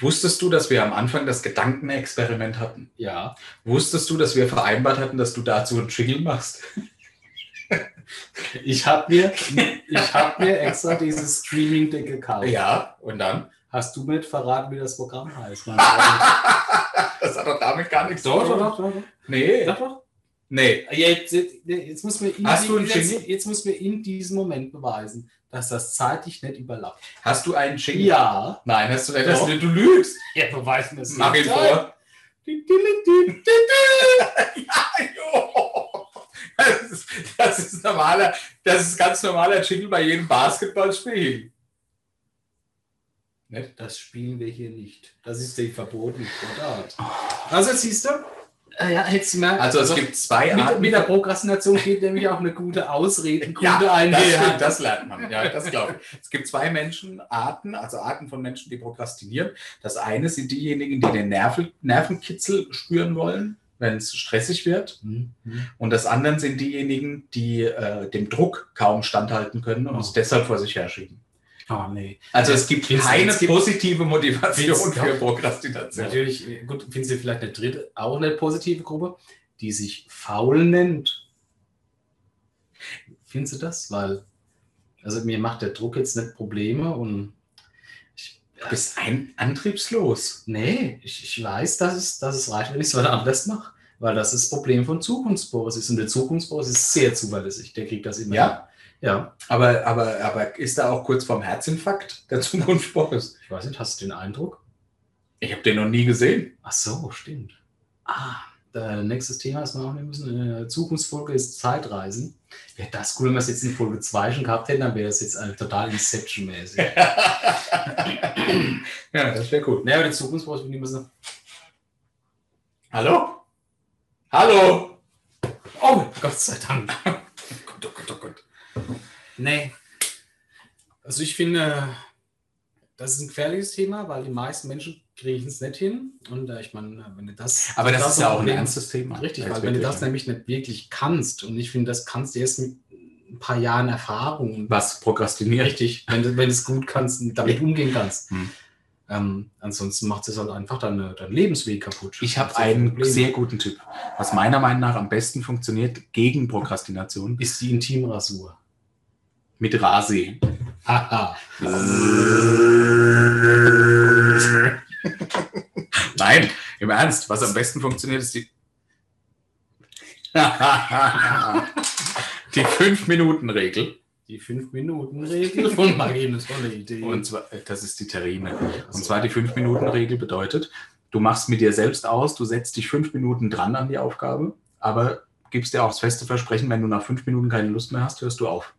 Wusstest du, dass wir am Anfang das Gedankenexperiment hatten?
Ja.
Wusstest du, dass wir vereinbart hatten, dass du dazu einen Jingle machst?
Ich habe mir, ich hab mir extra dieses Streaming-Deck gekauft.
Ja, und dann?
Hast du mit verraten, wie das Programm heißt? Mann?
das hat doch damit gar nichts
doch, doch,
tun.
doch, doch, doch.
Nee,
Doch, doch.
nee.
Ja, Jetzt, jetzt, jetzt, muss mir in
Hast du einen
jetzt,
Jingle?
jetzt muss mir in diesem Moment beweisen, dass das zeitlich nicht überlappt.
Hast du einen Jingle?
Ja.
Nein, hast du nicht.
Doch.
Hast du, du lügst.
Ja, beweis mir das.
Mach ihn
nicht.
vor. Jo. Das ist, das ist normaler, das ist ganz normaler Jingle bei jedem Basketballspiel.
Das spielen wir hier nicht. Das ist die verbotene Sportart. Also siehst du, Äh, Ja, hättest du merkt.
Also es gibt zwei
mit,
Arten.
mit der Prokrastination geht nämlich auch eine gute Ausredenkunde
Ja, das,
einher.
stimmt, das lernt man. Ja, das glaube ich. Es gibt zwei Menschenarten, also Arten von Menschen, die prokrastinieren. Das eine sind diejenigen, die den Nerven, Nervenkitzel spüren wollen, wenn es stressig wird.
Hm, hm.
Und das andere sind diejenigen, die äh, dem Druck kaum standhalten können und
Oh.
es deshalb vor sich herschieben.
Oh nee.
Also es gibt
Findest du,
keine
es gibt-
positive
Findest du,
Motivation für
glaub-
Prokrastination.
Natürlich, äh, gut, finden Sie vielleicht eine dritte, auch eine positive Gruppe, die sich faul nennt. Finden Sie das? Weil, also mir macht der Druck jetzt nicht Probleme und ich,
Du bist ein, antriebslos.
nee, ich, ich weiß, dass es, dass es reicht, wenn ich es mal anders mache. Weil das ist das Problem von Zukunftsboris ist. Und der Zukunftsboris ist sehr zuverlässig. Der kriegt das immer.
Ja?
hin. Ja.
Aber, aber, aber ist da auch kurz vorm Herzinfarkt der Zukunft Boris?
Ich weiß nicht, hast du den Eindruck?
Ich habe den noch nie gesehen.
Ach so, stimmt. Ah, äh, nächstes Thema, das wir noch nehmen müssen, in der Zukunftsfolge ist Zeitreisen. Wäre das cool, wenn wir es jetzt in Folge 2 schon gehabt hätten, dann wäre das jetzt äh, total Inception-mäßig.
Ja, das wäre cool.
naja, aber die Zukunftsfolge, wir müssen
Hallo? Hallo?
Oh, Gott sei Dank.
Gott, oh Gott, oh Gott.
Nee. Also ich finde, das ist ein gefährliches Thema, weil die meisten Menschen kriegen es nicht hin. Und äh, ich meine, wenn du das...
Aber das, ist ja auch ein
Problem-
ernstes Thema.
Richtig,
Jetzt
weil wenn du
wirklich.
das nämlich nicht wirklich kannst, und ich finde, das kannst du erst mit ein paar Jahren Erfahrung und
Was prokrastiniert?
Richtig, wenn du wenn du es gut kannst und damit umgehen kannst.
Hm.
Ähm, ansonsten macht es halt einfach deine, deinen Lebensweg kaputt.
Ich habe
Das ist ein
einen
Problem.
sehr guten Tipp, was meiner Meinung nach am besten funktioniert gegen Prokrastination
Ist die Intimrasur.
mit Rasi.
Haha.
Nein, im Ernst, was am besten funktioniert, ist die. die 5-Minuten-Regel.
Die 5-Minuten-Regel von Magie, eine tolle Idee. Also.
Und zwar, äh, das ist die Terrine. Und zwar die 5-Minuten-Regel bedeutet, du machst mit dir selbst aus, du setzt dich 5 Minuten dran an die Aufgabe, aber gibst dir auch das feste Versprechen, wenn du nach 5 Minuten keine Lust mehr hast, hörst du auf.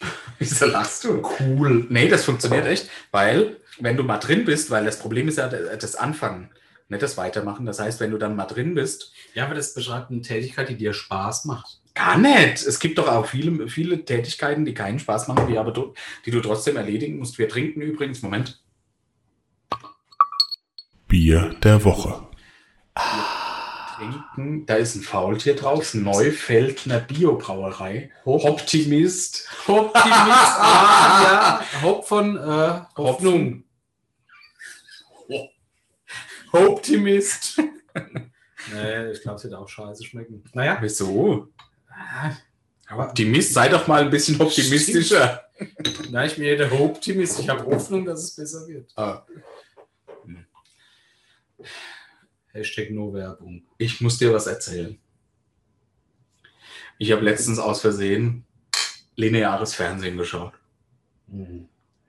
Wieso lachst du? Cool. Nee, das funktioniert echt, weil wenn du mal drin bist, weil das Problem ist ja d- das Anfangen, nicht das Weitermachen. Das heißt, wenn du dann mal drin bist,
ja, aber das beschreibt eine Tätigkeit, die dir Spaß macht.
gar nicht. Es gibt doch auch viele, viele Tätigkeiten, die keinen Spaß machen, die aber tro- die du trotzdem erledigen musst. Wir trinken übrigens, Moment.
Bier der Woche.
trinken. Da ist ein Faultier drauf. Neufeldner Biobrauerei. Optimist.
Optimist, ah, ja, Hop von äh, Hoffnung.
Optimist.
Nee, ich glaube, es wird auch scheiße schmecken. Naja.
Wieso?
Aber
Optimist, sei doch mal ein bisschen optimistischer.
nein, ich bin ja der Optimist. Ich habe Hoffnung, dass es besser wird.
Ah,
Hashtag No Werbung.
Ich muss dir was erzählen. Ich habe letztens aus Versehen lineares Fernsehen geschaut.
Hm,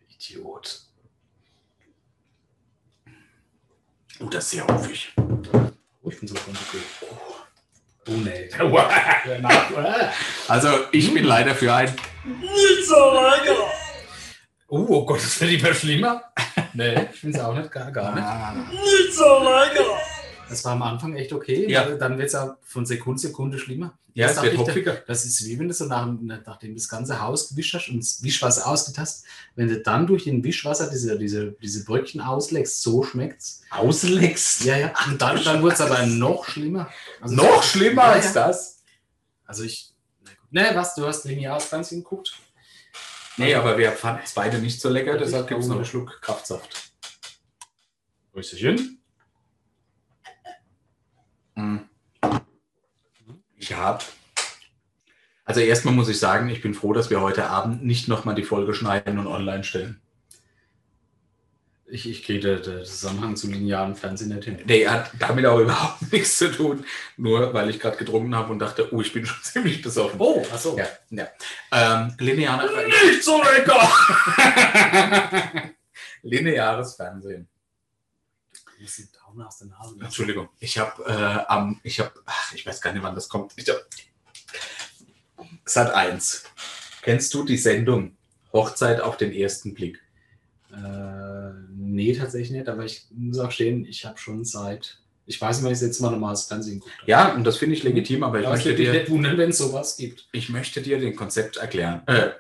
Idiot.
Oh, das ist ja häufig.
Oh, ich bin so von Oh nee. äh.
Also, ich bin leider für ein
Niederlager!
Oh, oh Gott, das wird immer schlimmer. Nee, ich finde es auch nicht gar, gar nicht.
Niederlager!
Ah. Das war am Anfang echt okay.
Ja.
Dann wird es ja von Sekunde zu Sekunde schlimmer.
Ja,
Das
es
darf
wird
ich da-
hopfiger.
Das ist wie wenn du so nach, nachdem das ganze Haus gewischt hast und das Wischwasser ausgetastet, wenn du dann durch den Wischwasser diese, diese, diese Brötchen ausleckst, so schmeckt's.
Ausleckst.
Ja, ja. Und dann, dann wird es aber noch schlimmer. Also-
Noch schlimmer
Ja,
als
ja.
das.
Also ich. Na gut. Ne, was? Du hast lineares Fernsehen geguckt?
Nee,
Also-
aber wir fanden es beide nicht so lecker,
Richtig,
deshalb gibt es noch einen
Karola.
Schluck Kraftsaft.
Röschen.
Hm. Ich habe. Also erstmal muss ich sagen, ich bin froh, dass wir heute Abend nicht nochmal die Folge schneiden und online stellen.
Ich, ich kriege den den Zusammenhang zu linearen Fernsehen nicht hin.
Nee, hat damit auch überhaupt nichts zu tun. Nur weil ich gerade getrunken habe und dachte, oh, ich bin schon ziemlich besoffen.
Oh, achso.
Ja, ja. Ähm, lineare
Nicht so lecker!
Lineares Fernsehen.
Ein bisschen Daumen aus der Nase.
Entschuldigung, ich habe äh, am, ich habe, ich weiß gar nicht, wann das kommt. Ich hab, Sat 1. Kennst du die Sendung Hochzeit auf den ersten Blick?
Äh, nee, tatsächlich nicht, aber ich muss auch stehen, ich habe schon seit. ich- Ich weiß nicht, wenn ich jetzt mal normales Fernsehen gucke.
Ja, und das finde ich legitim, aber ich,
Aber ich
möchte,
würde mich
dir,
nicht wundern, wenn es sowas gibt.
ich möchte dir den Konzept erklären. Äh,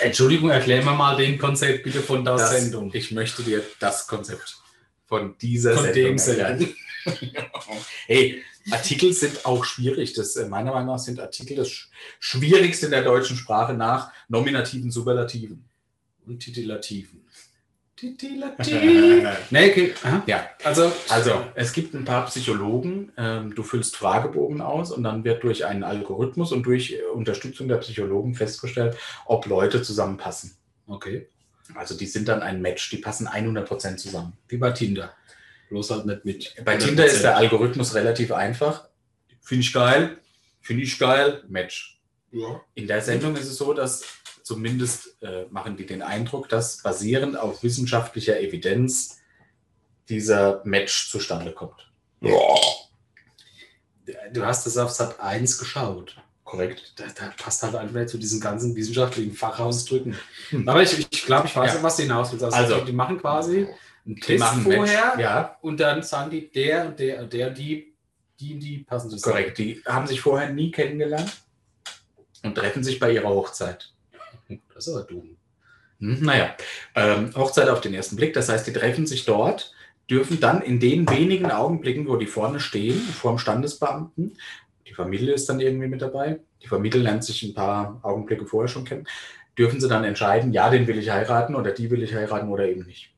Entschuldigung, erklär mir mal den Konzept bitte von der
das,
Sendung.
Ich möchte dir das Konzept von dieser
Von
Sendung
dem
erklären. hey, Artikel sind auch schwierig. Das, äh, meiner Meinung nach sind Artikel das Sch- Schwierigste in der deutschen Sprache nach nominativen Superlativen.
Und Titulativen. Titulativ.
ja,
nee, okay. Aha. Also,
also es gibt ein paar Psychologen. Ähm, du füllst Fragebogen aus und dann wird durch einen Algorithmus und durch äh, Unterstützung der Psychologen festgestellt, ob Leute zusammenpassen.
okay.
Also die sind dann ein Match, die passen 100% zusammen.
Wie bei Tinder. Bloß halt nicht mit.
Bei Tinder ist der Algorithmus relativ einfach. Finde ich geil, finde ich geil, Match.
Ja.
In der Sendung ist es so, dass zumindest äh, machen die den Eindruck, dass basierend auf wissenschaftlicher Evidenz dieser Match zustande kommt.
Du hast das auf Sat 1 geschaut.
Korrekt?
Da, da passt halt einfach nicht zu diesen ganzen wissenschaftlichen Fachausdrücken.
Hm.
Aber ich, ich glaube, ich weiß,
Ja.
was die hinaus willst. Also,
Also.
die machen quasi einen
Die
Test
machen
vorher
Match. Ja,
und dann sagen die, der und der und der, die, die, und die passen zusammen.
korrekt. Die haben sich vorher nie kennengelernt und treffen sich bei ihrer Hochzeit.
Das ist aber dumm.
Hm, Naja, ähm, Hochzeit auf den ersten Blick. Das heißt, die treffen sich dort, dürfen dann in den wenigen Augenblicken, wo die vorne stehen, vor dem Standesbeamten, die Familie ist dann irgendwie mit dabei, die Familie lernt sich ein paar Augenblicke vorher schon kennen, dürfen sie dann entscheiden, ja, den will ich heiraten oder die will ich heiraten oder eben nicht.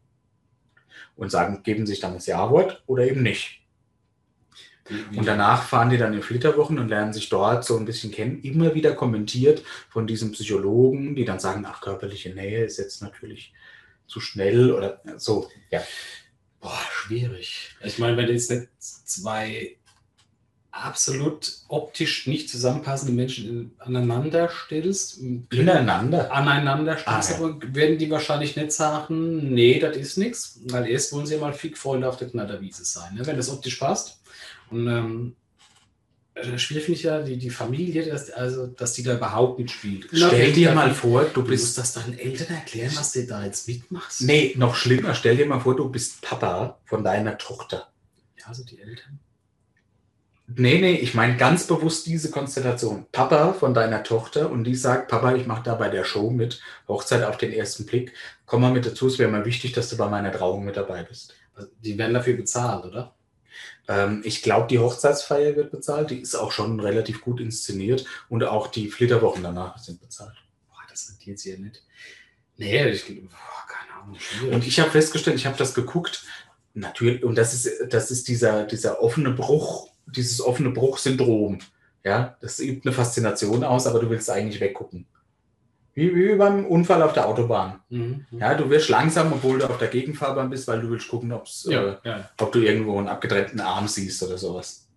Und sagen, geben sich dann das Ja-Wort oder eben nicht. Und danach fahren die dann in Flitterwochen und lernen sich dort so ein bisschen kennen. Immer wieder kommentiert von diesen Psychologen, die dann sagen, ach, körperliche Nähe ist jetzt natürlich zu schnell oder so. Ja,
Boah, schwierig. Ich meine, wenn du jetzt nicht zwei absolut optisch nicht zusammenpassende Menschen aneinander stellst,
ineinander.
aneinander stellst,
Ah, ja.
aber werden die wahrscheinlich nicht sagen, nee, das ist nichts, weil erst wollen sie ja mal Fickfreunde auf der Knatterwiese sein, ne? wenn das optisch passt. Und ähm, äh, schwierig finde ich ja die, die Familie, dass, also, dass die da überhaupt mitspielt.
Stell dir mal vor, du
du musst
bist.
das deinen Eltern erklären, was du da jetzt mitmachst.
Nee, noch schlimmer, stell dir mal vor, du bist Papa von deiner Tochter.
Ja, also die Eltern.
Nee, nee, ich meine ganz bewusst diese Konstellation. Papa von deiner Tochter und die sagt, Papa, ich mache da bei der Show mit, Hochzeit auf den ersten Blick. Komm mal mit dazu, es wäre mal wichtig, dass du bei meiner Trauung mit dabei bist.
Also, Die werden dafür bezahlt, oder?
Ähm, ich glaube, die Hochzeitsfeier wird bezahlt. Die ist auch schon relativ gut inszeniert. Und auch die Flitterwochen danach sind bezahlt.
Boah, das rentiert sich ja nicht. Nee, ich, boah, keine Ahnung. schwierig.
Und ich habe festgestellt, ich habe das geguckt. Natürlich, und das ist, das ist dieser, dieser offene Bruch, dieses offene Bruchsyndrom. Ja, das übt eine Faszination aus, aber du willst eigentlich weggucken. Wie, wie beim Unfall auf der Autobahn.
Mhm.
Ja, du wirst langsam, obwohl du auf der Gegenfahrbahn bist, weil du willst gucken, ob's, äh,
ja, ja.
ob du irgendwo einen abgetrennten Arm siehst oder sowas.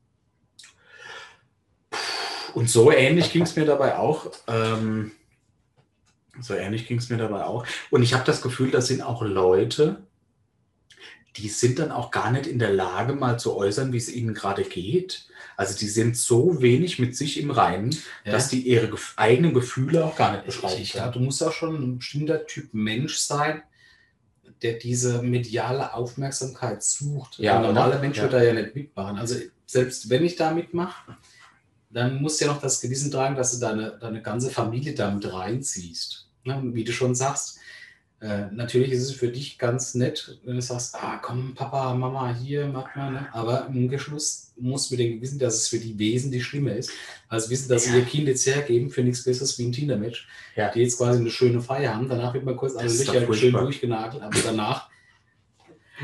Und so ähnlich ging es mir dabei auch. Ähm, so ähnlich ging es mir dabei auch. Und ich habe das Gefühl, das sind auch Leute, die sind dann auch gar nicht in der Lage, mal zu äußern, wie es ihnen gerade geht. Also die sind so wenig mit sich im Reinen, dass die ihre gef eigenen Gefühle auch gar nicht
ich,
beschreiben
ich glaube,
können.
du musst auch schon ein bestimmter Typ Mensch sein, der diese mediale Aufmerksamkeit sucht.
Ja,
Ein normaler
oder?
Mensch
Ja.
wird da ja nicht mitmachen. Also selbst wenn ich da mitmache, dann musst du ja noch das Gewissen tragen, dass du deine, deine ganze Familie damit reinziehst. Ne? Und Wie du schon sagst, äh, natürlich ist es für dich ganz nett, wenn du sagst, ah, komm, Papa, Mama, hier, mach mal. Ne? Aber im Geschluss musst du mit dem Gewissen, dass es für die wesentlich schlimmer ist, als wissen, dass sie ihr Kind jetzt hergeben für nichts Besseres wie ein Tinder-Match
Ja.
die jetzt quasi eine schöne Feier haben. Danach wird man kurz alle
Das ist doch
Löcher schön
furchtbar.
durchgenagelt, aber danach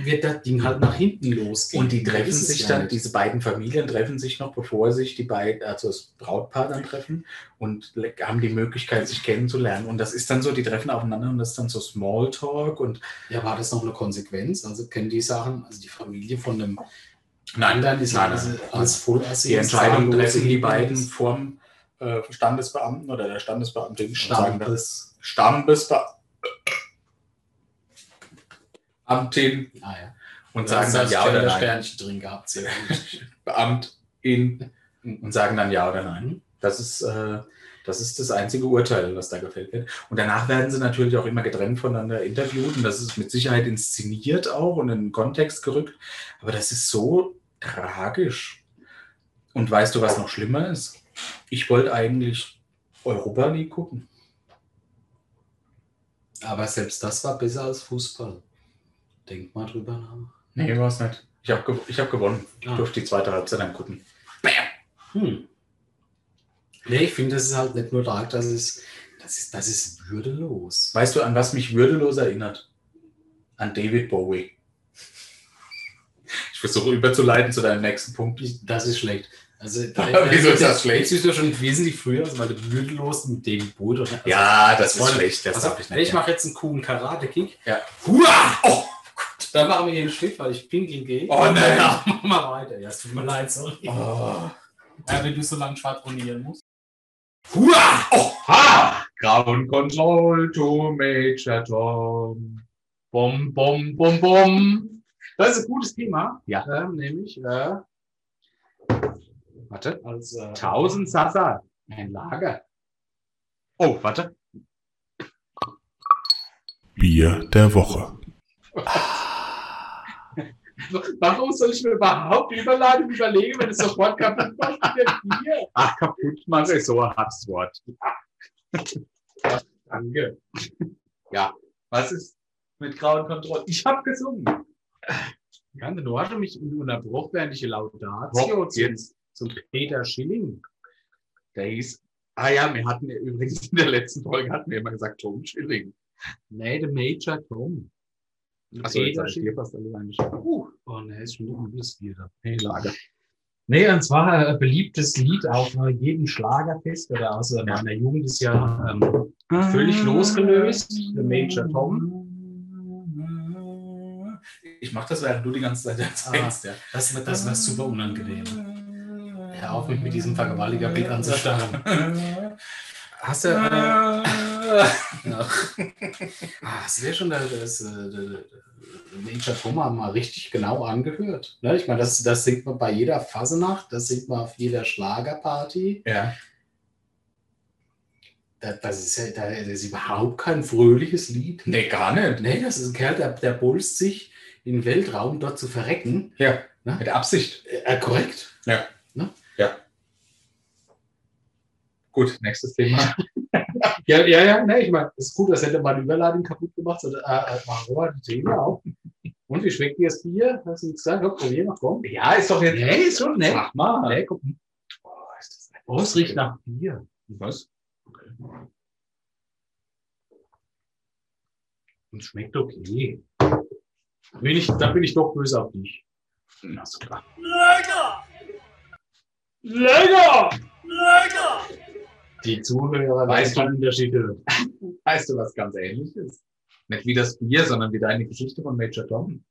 wird das Ding halt nach hinten losgehen.
Und die treffen
Das ist
sich
ja
dann,
nicht.
diese beiden Familien treffen sich noch, bevor sich die beiden, also das Brautpaar dann treffen und le- haben die Möglichkeit, sich kennenzulernen. Und das ist dann so, die treffen aufeinander und das ist dann so Smalltalk und
Ja, war das noch eine Konsequenz? Also kennen die Sachen, also die Familie von einem
nein,
anderen ist also
nein,
alles,
nein.
alles voll
die Entscheidung treffen die beiden vom äh, Standesbeamten oder der Standesbeamtin. und sagen dann-
Stammtes.
Standesbeamtin
Ah, ja.
und sagen dann ja
schon
oder
das
nein.
Sternchen drin gehabt. Sehr gut.
Beamtin und sagen dann ja oder nein. Das ist, äh, Das ist das einzige Urteil, das da gefällt wird. Und danach werden sie natürlich auch immer getrennt voneinander interviewt und das ist mit Sicherheit inszeniert auch und in den Kontext gerückt. Aber das ist so tragisch. Und weißt du, was noch schlimmer ist? Ich wollte eigentlich Europa League gucken.
Aber selbst das war besser als Fußball. Denk mal drüber nach.
Nee, war es nicht. Ich habe gew ich hab gewonnen. Ich
Ah.
durfte die zweite Halbzeit angucken.
Hm. Nee, ich finde, das ist halt nicht nur Dark, das ist, das ist, das ist würdelos.
Weißt du, an was mich würdelos erinnert? An David Bowie. Ich versuche überzuleiten zu deinem nächsten Punkt.
Ich- Das ist schlecht. Also,
Wieso ist das schlecht?
Jetzt bist du schon wesentlich früher, also meine würdelos mit dem Boot. Oder? Also,
Ja, das ist
Freunde,
schlecht. Das
also,
darf ich
ey, ich
nicht.
mache jetzt einen coolen Karate-Kick.
Ja.
Hua! Oh, Gott. Dann machen wir hier einen Schnitt, weil ich pinkeln gehe.
Oh, nein.
Ja, mach mal weiter. Ja, es tut mir leid, sorry.
mehr. Oh.
Ja, wenn du so lange schwadronieren musst.
Hua! Oh. Ha! Ground Control to Major Tom.
Bom, bom, bom, bom. Das ist ein gutes Thema. Ja. Ähm, nämlich, äh,
Warte.
als äh,
1000 Sasa.
ein Lager.
Oh, warte.
Bier der Woche.
Warum soll ich mir überhaupt Überladung überlegen, wenn es sofort kaputt macht mit dem Bier?
Ach, kaputt mache ich so ein hartes Wort.
Danke.
Was ist mit Ground Control? Ich habe gesungen.
Ja, du hast mich unterbrochen, während ich Laudatio
Hopp,
zum,
jetzt.
zum Peter Schilling.
Der hieß. Ah ja, wir hatten ja übrigens in der letzten Folge hatten wir immer gesagt, Tom Schilling.
Nee, der Major Tom.
Ach so, jetzt hab ich dir
fast alles angeschaut. Uh, oh, ne, ist schon ein übles Bier da. Hey, Lager. Nee, und zwar ein beliebtes Lied auf äh, jedem Schlagerfest oder aus äh, meiner Jugend ist ja ähm, völlig losgelöst. Der Major Tom.
Ich mache das, während du die ganze Zeit erzählst. ja.
Das, war- das war super unangenehm. Hör auf, mich mit diesem Vergewaltiger-Beat anzustarren. Hast du. Äh, ja. ah, das wäre schon der, das, äh, der, der Major Thomas mal richtig genau angehört. Ne? Ich meine, das, das singt man bei jeder Fasenacht, das singt man auf jeder Schlagerparty.
Ja.
Da- Das ist ja da ist überhaupt kein fröhliches Lied.
Nee, gar nicht.
Nee, das ist ein Kerl, der, der bolst sich im Weltraum dort zu verrecken.
Ja,
Ne?
mit Absicht.
Äh, korrekt.
Gut, nächstes Thema.
Ja, ja, ja, nee, ich meine, ist gut, das hätte meine Überladung kaputt gemacht. sondern, Äh, äh, mach Robert die Thema auch. Und wie schmeckt dir das Bier? Hast du nichts gesagt? Komm, probier mal, komm.
ja, ist doch jetzt.
Nee, ist schon nett.
Mach mal.
Nee, guck.
Oh, ist das ein-
Oh, es riecht nach Bier.
Was?
Und schmeckt okay. Da bin ich, da bin ich doch böse auf dich.
Na, so klar.
Lecker!
Lecker!
Lecker!
Die Zuhörer
Weißt
schon Unterschiede.
Weißt du, was ganz ähnlich ist? Nicht wie das Bier, sondern wie deine Geschichte von Major Tom.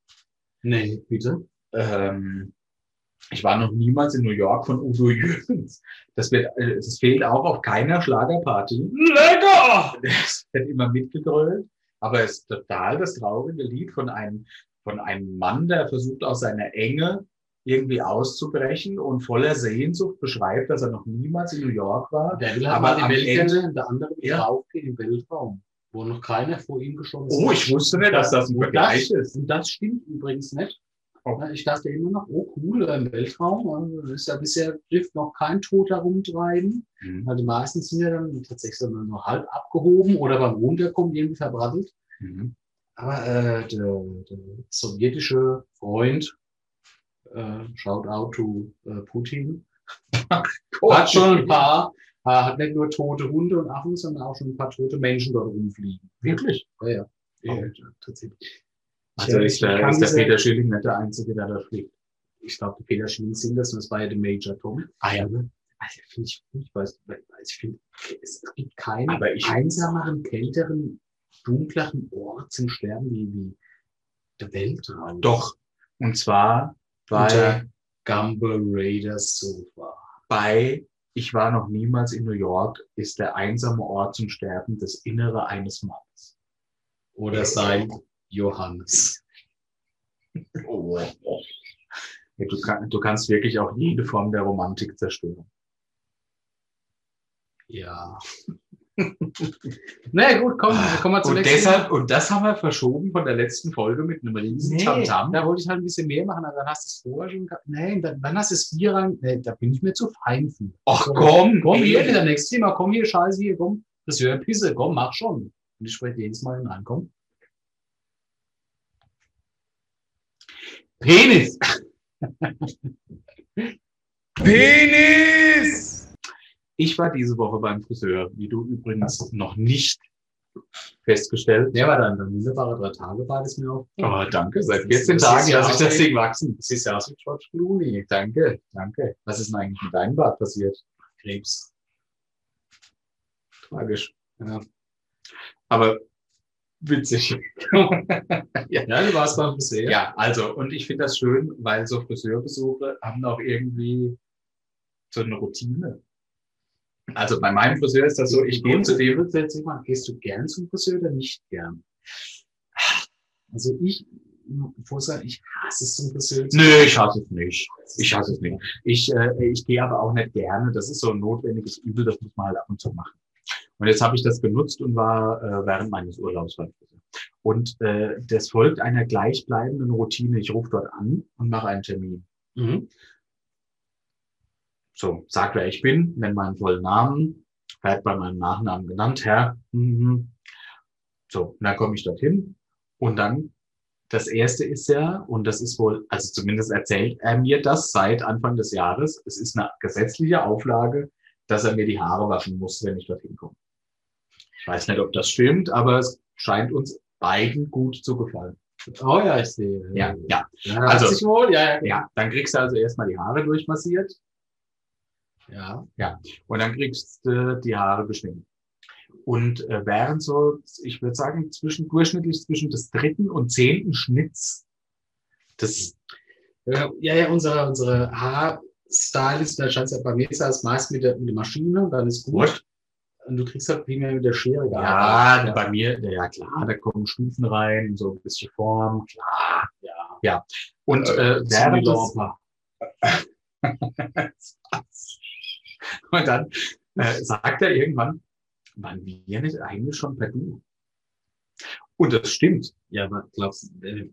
Nee, bitte.
Ähm, ich war noch niemals in New York von Udo Jürgens. Das, wird, äh, das fehlt auch auf keiner Schlagerparty.
Lecker!
Es wird immer mitgegrölt, aber es ist total das traurige Lied von einem, von einem Mann, der versucht, aus seiner Enge irgendwie auszubrechen und voller Sehnsucht beschreibt, dass er noch niemals in New York war.
Der will
Aber
aber
am
die Welt
Ende-
kennen, der andere will
Ja.
raufgehen im Weltraum, wo noch keiner vor ihm geschossen
Oh, ich wusste nicht, dass das ein
Und
Vergleich
das,
ist.
und das stimmt übrigens nicht.
Oh.
Ich dachte immer noch, oh cool, im Weltraum äh, ist ja bisher trifft noch kein Toter rumtreiben.
Mhm.
Weil die meisten sind ja dann tatsächlich dann nur halb abgehoben oder beim Runterkommen irgendwie verbrattelt.
Mhm.
Aber äh, der, der sowjetische Freund, äh, shout out to äh, Putin, hat schon ein paar, äh, hat nicht nur tote Hunde und Affen, sondern auch schon ein paar tote Menschen dort rumfliegen.
Wirklich?
Ja, ja.
Oh.
ja tatsächlich.
Also ist der,
kann
ist der
diese-
Peter Schilling nicht der Einzige, der da fliegt.
ich glaube, die Peter Schilling singen das und das war ja der Major Tom. Ah ja, ne? Also finde ich, ich weiß, ich finde, es gibt keinen
Aber ich-
einsameren, kälteren, dunkleren Ort zum Sterben wie, wie der Weltraum.
Doch. Und zwar
Und
bei,
der Gumble Raiders Sofa.
bei Ich war noch niemals in New York, ist der einsame Ort zum Sterben das Innere eines Mannes.
Oder sein Johannes.
Oh. Ja, du, kann, du kannst wirklich auch jede Form der Romantik zerstören.
Ja. Na nee, gut, komm, wir kommen wir zum
Und
nächsten.
Ah, deshalb, und das haben wir verschoben von der letzten Folge mit einem riesen
Nee,
Tamtam.
da wollte ich halt ein bisschen mehr machen, aber dann hast du es vorher schon gehabt. Nein, dann, dann hast du es Bier rein. Nee, da bin ich mir zu fein für.
Ach
So,
komm,
Komm hier,
ey.
wieder nächstes Thema. Komm hier, Scheiße, hier, komm. Das wäre Pisse. Komm, mach schon. Und ich spreche jedes Mal hinein. Komm. Penis.
Penis! Ich war diese Woche beim Friseur, wie du übrigens noch nicht festgestellt.
Der war dann, dann wunderbare drei Tage war das mir auch.
Aber danke, seit
Das
14
ist-
Tagen
das
lasse
ist
ich das
ja-
Ding wachsen.
Das ist ja aus wie George Clooney. Danke, danke. Was ist denn eigentlich mit deinem Bart passiert? Krebs.
Tragisch.
Ja.
Aber witzig.
Ja, du warst beim Friseur.
Ja, also, und ich finde das schön, weil so Friseurbesuche haben auch irgendwie so eine Routine. Also bei meinem Friseur ist das so, ich gehe zu dem.
Grundsätzlich mal, gehst du gern zum Friseur oder nicht gern? Also ich muss sagen, ich hasse es zum Friseur. zu
Nö,
gehen.
ich hasse es nicht. Ich hasse es nicht. Ich, äh, ich gehe aber auch nicht gerne. Das ist so ein notwendiges Übel, das muss man halt ab und zu machen. Und jetzt habe ich das genutzt und war äh, während meines Urlaubs beim Friseur. Und äh, das folgt einer gleichbleibenden Routine. Ich rufe dort an und mache einen Termin.
Mhm.
So, sag, wer ich bin, nenn meinen vollen Namen, werd bei meinem Nachnamen genannt, Herr. Mhm. So, und dann komme ich dorthin und dann, das erste ist ja, und das ist wohl, also zumindest erzählt er mir das seit Anfang des Jahres, es ist eine gesetzliche Auflage, dass er mir die Haare waschen muss, wenn ich dorthin komme. Ich weiß nicht, ob das stimmt, aber es scheint uns beiden gut zu gefallen.
Oh ja, ich sehe.
Ja, ja.
ja
Also-
also, wohl, ja, ja.
Ja, dann kriegst du also erstmal die Haare durchmassiert,
ja.
Und dann kriegst du die Haare geschminkt. Und äh, während so, ich würde sagen, zwischen, durchschnittlich zwischen des dritten und zehnten Schnitts, das,
Ja, ja, ja, unsere, unsere Haarstylist, da scheint es ja bei mir ist das meist mit der, mit der Maschine, dann ist gut.
What?
Und du kriegst halt primär mit der Schere
ja, ne,
gearbeitet.
bei mir, na ja klar, da kommen Stufen rein, so ein bisschen Form, klar, ja. ja. Und äh,
Ziemlich
während des,
sauber.
und dann äh, sagt er irgendwann, waren wir nicht eigentlich schon per Du? Und das stimmt.
ja, aber glaubst du, äh,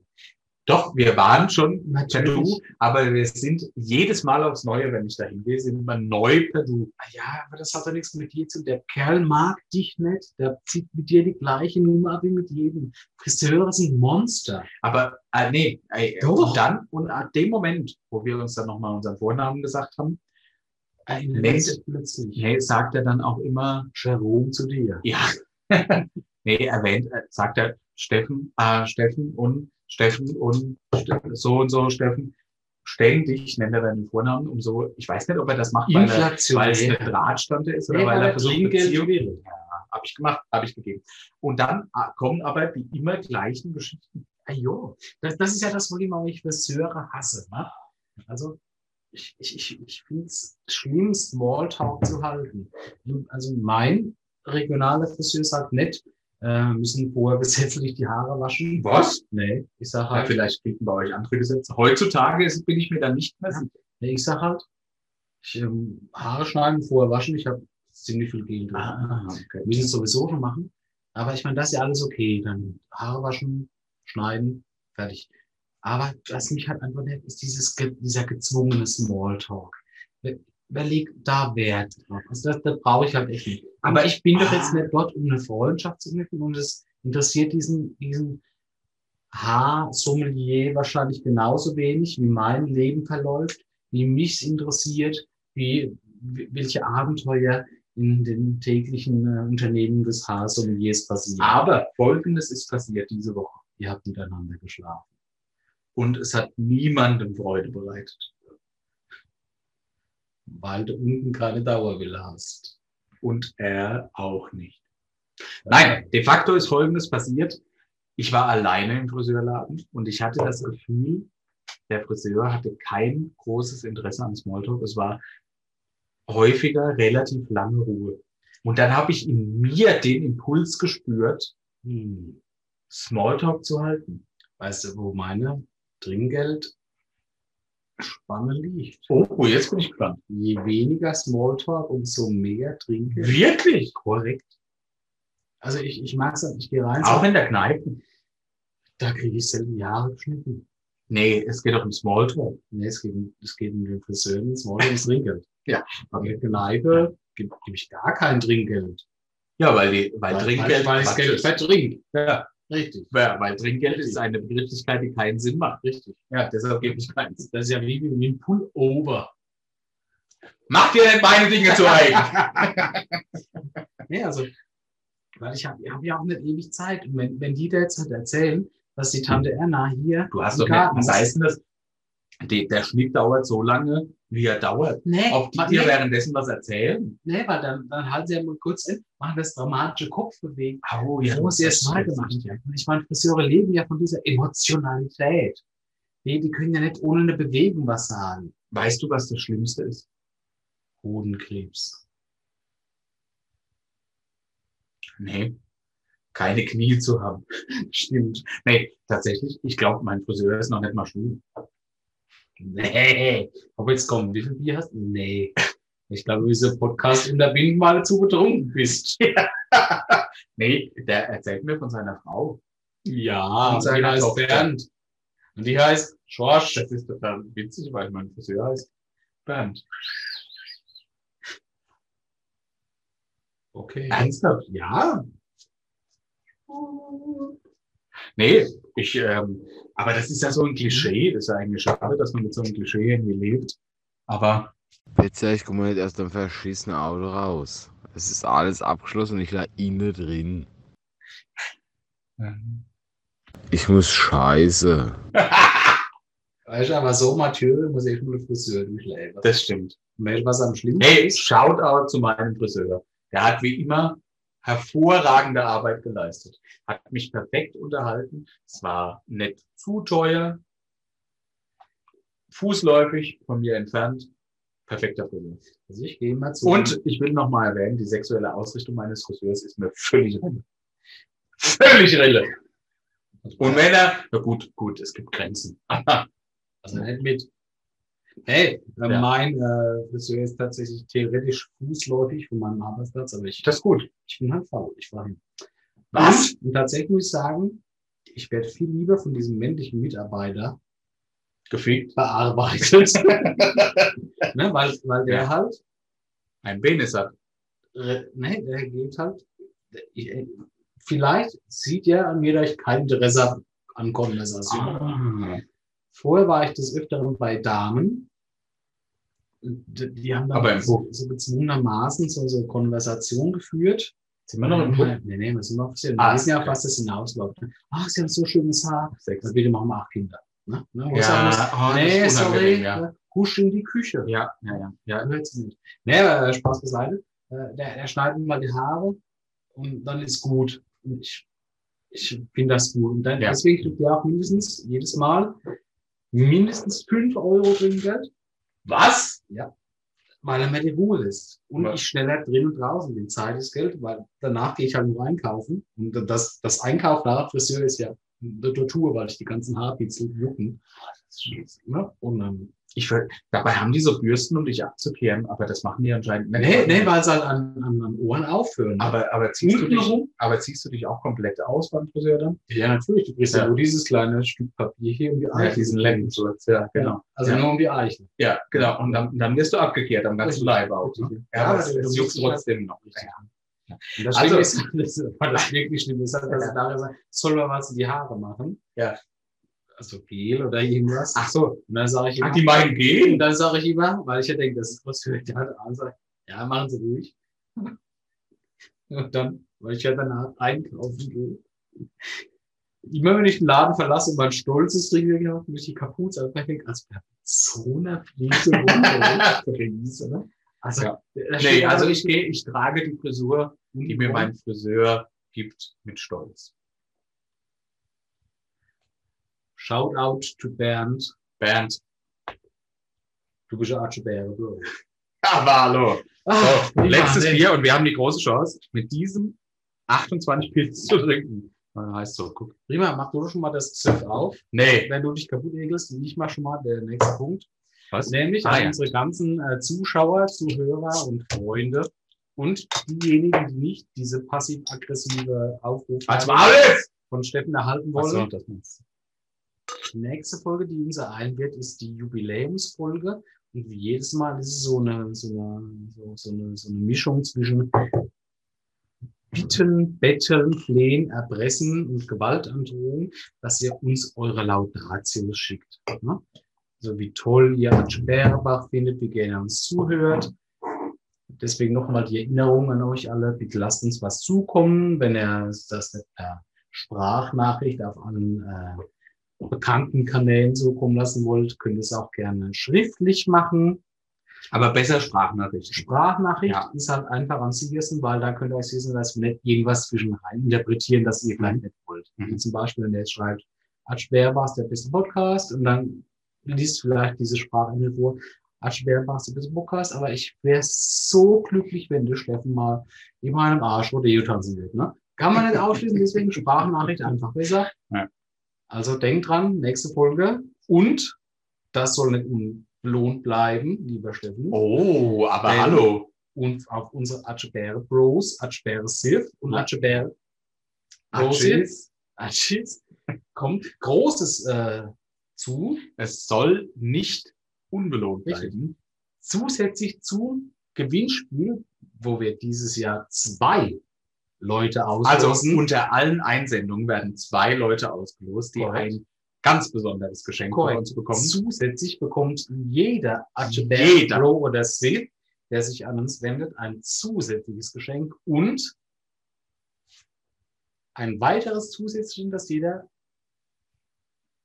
Doch, wir waren schon per
Natürlich.
Du, aber wir sind jedes Mal aufs Neue, wenn ich dahin gehe, sind wir neu per Du.
ah ja, aber das hat ja nichts mit dir zu tun. Der Kerl mag dich nicht, der zieht mit dir die gleiche Nummer wie mit jedem. Friseure sind Monster.
Aber äh, nee, äh,
Doch.
und dann und ab dem Moment, wo wir uns dann nochmal unseren Vornamen gesagt haben,
Eine
Nee.
Mensch plötzlich.
nee, sagt er dann auch immer,
Jerome zu dir.
ja, nee, erwähnt, äh, sagt er Steffen, äh, Steffen und Steffen und Ste so und so Steffen. Ständig nennt er deinen Vornamen, um so, ich weiß nicht, ob er das macht, weil er, weil es eine
Inflationär.
Drahtstande ist oder
Nee,
weil
weil
er
er
versucht,
Trinkgeld
Beziehung,
will.
habe ich gemacht, habe ich gegeben. Und dann ah, kommen aber die immer gleichen Geschichten.
Ah, jo. Das, das ist ja das, worin ich Friseure hasse. Ne? Also ich, ich, ich, ich finde es schlimm, Smalltalk zu halten. Du- Also mein regionaler Friseur sagt nicht, äh, müssen vorher gesetzlich die Haare waschen.
Was?
Nee, ich sag
Ja,
halt,
vielleicht gelten bei euch andere Gesetze. Heutzutage ist, bin ich mir da nicht mehr sicher.
nee, ich sag halt, ich, ähm, Haare schneiden, vorher waschen, ich habe ziemlich viel Gel drin.
Ah,
Wir
okay.
müssen es sowieso schon machen. Aber ich meine, das ist ja alles okay. Dann Haare waschen, schneiden, fertig. Aber was mich halt einfach nervt, ist dieses, ge- dieser gezwungene Smalltalk. Wer, wer legt da Wert drauf? Also das, das brauche ich halt echt nicht. Aber ich bin doch jetzt nicht dort, um eine Freundschaft zu knüpfen und es interessiert diesen, diesen Haarsommelier wahrscheinlich genauso wenig, wie mein Leben verläuft, wie mich interessiert, wie, wie- welche Abenteuer in den täglichen äh, Unternehmen des Haarsommeliers passieren.
Aber Folgendes ist passiert diese Woche.
Ihr habt miteinander geschlafen.
Und es hat niemandem Freude bereitet.
Weil du unten keine Dauerwille hast.
Und er auch nicht. Nein, de facto ist Folgendes passiert. Ich war alleine im Friseurladen und ich hatte das Gefühl, der Friseur hatte kein großes Interesse an Smalltalk. Es war häufiger relativ lange Ruhe. Und dann habe ich in mir den Impuls gespürt,
Hm.
Smalltalk zu halten.
Weißt du, wo meine Trinkgeld Spanne liegt.
Oh, jetzt bin ich gespannt.
Je weniger Smalltalk, umso mehr trinke.
Wirklich?
Korrekt. Also ich, ich mag es, ich gehe rein.
Auch in der Kneipe?
da kriege ich selten Jahre geschnitten.
Nee, es geht auch um Smalltalk.
Nee, es geht, um- es geht um den persönlichen Smalltalk und Trinkgeld.
Ja.
Aber mit Kneipe gebe geb ich gar kein Trinkgeld.
Ja, weil, die, weil, Trinkgeld,
weil, weil das
Quatsch
Geld
ist.
verdringt.
Ja,
Richtig.
weil weil Trinkgeld ist eine Begrifflichkeit, die keinen Sinn macht, richtig. Ja, deshalb gebe ich keins.
Das ist ja wie, wie ein Pullover.
Mach dir denn meine Dinge zu eigen.
Nee, also, weil ich habe hab ja auch nicht ewig Zeit. Und wenn, wenn die da jetzt halt erzählen, dass die Tante Erna hier
Du hast
im
doch nicht,
Garten
was
ist.
heißt denn das? Die, der Schnitt dauert so lange, wie er dauert.
Nee,
Ob die
ma-
dir
nee,
währenddessen was erzählen?
nee, weil dann, dann halten sie ja mal kurz hin, machen das dramatische Kopfbewegen.
Oh,
Ja, so ist erst mal gemacht. Und Ich meine, Friseure leben ja von dieser Emotionalität. Nee, die können ja nicht ohne eine Bewegung was sagen.
Weißt du, was das Schlimmste ist?
Hodenkrebs.
Nee. Keine Knie zu haben. Stimmt. Nee, tatsächlich, ich glaube, mein Friseur ist noch nicht mal schwul.
Nee. Ob jetzt kommen, wie viel Bier hast du? Nee. Ich glaube, dieser Podcast unterbinden, weil du zu betrunken bist.
Nee, der erzählt mir von seiner Frau.
Ja,
Und seine
die heißt
Tochter.
Bernd. Und die heißt Schorsch.
Das ist total witzig, weil mein Friseur heißt Bernd.
Okay.
Ernsthaft? Ja. Nee, ich, ähm, aber das ist ja so ein Klischee. Das ist ja eigentlich schade, dass man mit so einem Klischee irgendwie lebt. Aber
Pizza, ich komme nicht aus dem verschissenen Auto raus. Es ist alles abgeschlossen und ich lag innen drin.
ähm,
Ich muss scheiße.
Weißt du, aber so Mathieu muss ich nur den Friseur durchleben.
das stimmt.
Weißt du, was am schlimmsten
Hey, Shoutout zu meinem Friseur. Der hat wie immer hervorragende Arbeit geleistet. Hat mich perfekt unterhalten. Es war nicht zu teuer. Fußläufig von mir entfernt. Perfekter Friseur.
Also ich gehe mal zu.
Und ich will nochmal erwähnen, die sexuelle Ausrichtung meines Friseurs ist mir völlig Rille. Völlig Rille. Und wenn er, na gut, gut, es gibt Grenzen. Aber
also nicht mit. Hey, äh,
Ja.
mein äh, Friseur ist tatsächlich theoretisch fußläufig von meinem Arbeitsplatz, aber ich,
das ist gut. Mhm.
ich bin halt faul. Ich war hin.
Was?
Und tatsächlich muss ich sagen, ich werde viel lieber von diesem männlichen Mitarbeiter
Gefühlt
bearbeitet. ne, weil, weil der
Ja.
halt
ein Penis hat.
äh, ne, der geht halt. Ich, äh, vielleicht sieht er an mir, dass ich kein Interesse habe an Konversation.
Ah.
Vorher war ich des Öfteren bei Damen. D- Die haben dann
Aber im
so, so gezwungenermaßen so eine Konversation geführt.
Sind wir noch im Club?
Nee, nee, wir sind noch ein bisschen.
Ah,
wir wissen ja, auf
okay.
was das hinausläuft. ne? Ach, sie haben so schönes Haar. Dann bitte machen wir acht Kinder. Ne? Ne, wo ich sagen muss,
oh, das
nee,
ist
sorry,
unangenehm, ja.
ne, husch in die Küche.
Ja, ja, ja.
Ja, hört's nicht. Nee, aber Spaß beiseite. Äh, Der, der schneidet mir mal die Haare und dann ist gut. Und ich ich finde das gut. Und dann,
Ja.
deswegen kriegt der auch mindestens jedes Mal mindestens 5 Euro Trinkgeld,
Was?
weil er mir die Ruhe lässt. Und
Ja.
ich schneller drin und draußen bin. Zeit ist Geld, weil danach gehe ich halt nur einkaufen. Und das, das Einkauf nach Friseur ist ja eine Tortur, weil ich die ganzen Haarpitzel jucken. Ne? Und dann
Ich ver- dabei haben die so Bürsten, um dich abzukehren, aber das machen die anscheinend nicht.
Nee, nee, weil es halt an, an, an Ohren aufhören.
aber, aber, ziehst du
Unten
dich,
rum?
aber ziehst du dich auch komplett aus beim Friseur dann?
Ja, natürlich. Du kriegst
Ja.
ja nur dieses kleine Stück Papier hier um die Eichel.
Lendenschutz, ja,
Genau. Also
Ja.
nur um die Eichel.
Ja, genau. Und dann, dann wirst du abgekehrt am ganzen Leib auch. Ne?
Richtig.
Ja, aber es,
du-
es
du
juckt
musst
trotzdem noch. Ja.
Und das,
Also-
Schlimme ist, das, ist- das wirklich Schlimme ist, halt, dass sie nachher sagen, soll man was in die Haare machen?
Ja.
Also Gel oder irgendwas.
Ach so.
Und dann sage ich
Ach,
immer,
die meinen
und
gehen?
dann sage ich immer, weil ich ja denke, das ist was für die Hand, sag, ich, ja, machen Sie ruhig. Und dann, weil ich ja danach einkaufen gehe. Immer wenn ich den Laden verlasse und mein stolzes Ding mir gehabt, muss ich die Kapuze einfach denke, als Persona fliegt
Riese, ne?
Also,
Ja.
das Mhm.
Nee,
steht
also
da
ich gehe, ich trage die Frisur, die mir mein Friseur gibt, mit Stolz.
Shout out to Bernd.
Bernd.
Du bist ja Archibäre, Bro.
Aber hallo.
Ah,
So,
nee,
letztes
nee.
Bier und wir haben die große Chance, mit diesem 28 Pilz zu trinken.
Dann heißt so, guck. Prima, mach du schon mal das Zipf auf.
Nee.
Wenn du dich kaputt ekelst, und ich mach schon mal der nächste Punkt.
Was?
Nämlich
Ah,
an
ja.
unsere ganzen äh, Zuschauer, Zuhörer und Freunde und diejenigen, die nicht diese passiv-aggressive Aufrufe
Halt's mal alles!
von Steffen erhalten
Ach
wollen.
so, das meinst
Die nächste Folge, die uns ereilen wird, ist die Jubiläumsfolge. Und wie jedes Mal ist es so eine, so eine, so, so eine, so eine Mischung zwischen Bitten, Betteln, Flehen, Erpressen und Gewaltandrohung, dass ihr uns eure Laudatios schickt. Ne? Also wie toll ihr Atsch Bärbach findet, wie gerne ihr uns zuhört. Deswegen nochmal die Erinnerung an euch alle, bitte lasst uns was zukommen, wenn ihr das nicht äh, per Sprachnachricht auf allen äh, bekannten Kanälen so kommen lassen wollt, könnt ihr es auch gerne schriftlich machen.
Aber besser Sprachnachricht.
Sprachnachricht
Ja.
ist halt einfach am sichersten, weil da könnt ihr euch wissen, dass wir nicht irgendwas zwischen rein interpretieren, das ihr vielleicht nicht wollt.
Mhm.
Wie zum Beispiel, wenn ihr jetzt schreibt, Atschwer war es der beste Podcast und dann liest vielleicht diese Sprachende vor, Atschwer war es der beste Podcast, aber ich wäre so glücklich, wenn du Steffen mal in meinem Arsch oder Jutta tanzen wird. Ne? Kann man nicht ausschließen, deswegen Sprachnachricht einfach besser.
Ja.
Also denkt dran, nächste Folge. Und das soll nicht unbelohnt bleiben, lieber Steffen.
Oh, aber
Ähm,
hallo.
Und auf unsere Atschebäre Bros, Atschebäre Silf und
Ah.
Atschebäre
Atschis.
Brosis, Atschis, kommt Großes äh, zu.
Es soll nicht unbelohnt
Richtig.
bleiben.
Zusätzlich zum Gewinnspiel, wo wir dieses Jahr zwei Leute
Also
auslosen.
unter allen Einsendungen werden zwei Leute ausgelost, die
Korrekt.
ein ganz besonderes Geschenk
Korrekt.
von uns bekommen.
Zusätzlich bekommt jeder Archibald
Jeder.
Pro oder Sid, der sich an uns wendet, ein zusätzliches Geschenk und ein weiteres zusätzliches, das jeder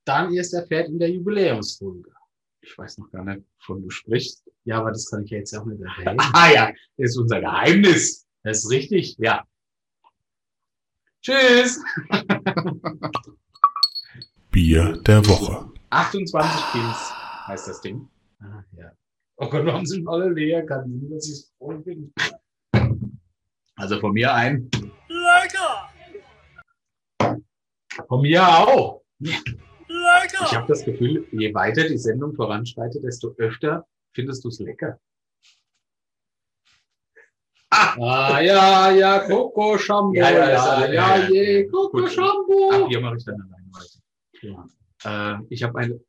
dann erst erfährt in der Jubiläumsfolge.
Ich weiß noch gar nicht, wovon du sprichst.
Ja, aber das kann ich ja jetzt auch nicht erwähnen.
Ah ja, ist unser Geheimnis.
Das ist richtig.
Ja.
Tschüss.
Bier der Woche.
28 Pins heißt das Ding.
Ah, ja. Oh Gott, warum sind alle leer? Kann niemand dass ich's voll bin.
Also von mir ein.
Lecker!
Von mir auch.
Lecker!
Ich habe das Gefühl, je weiter die Sendung voranschreitet, desto öfter findest du es lecker.
Ah, ja, ja, Coco Shampoo.
Ja, ja,
ja,
ja,
ja,
ja,
je,
ja.
Coco
Gut.
Shampoo.
Ach, hier mache ich dann alleine heute.
Ja.
Äh, ich habe ein,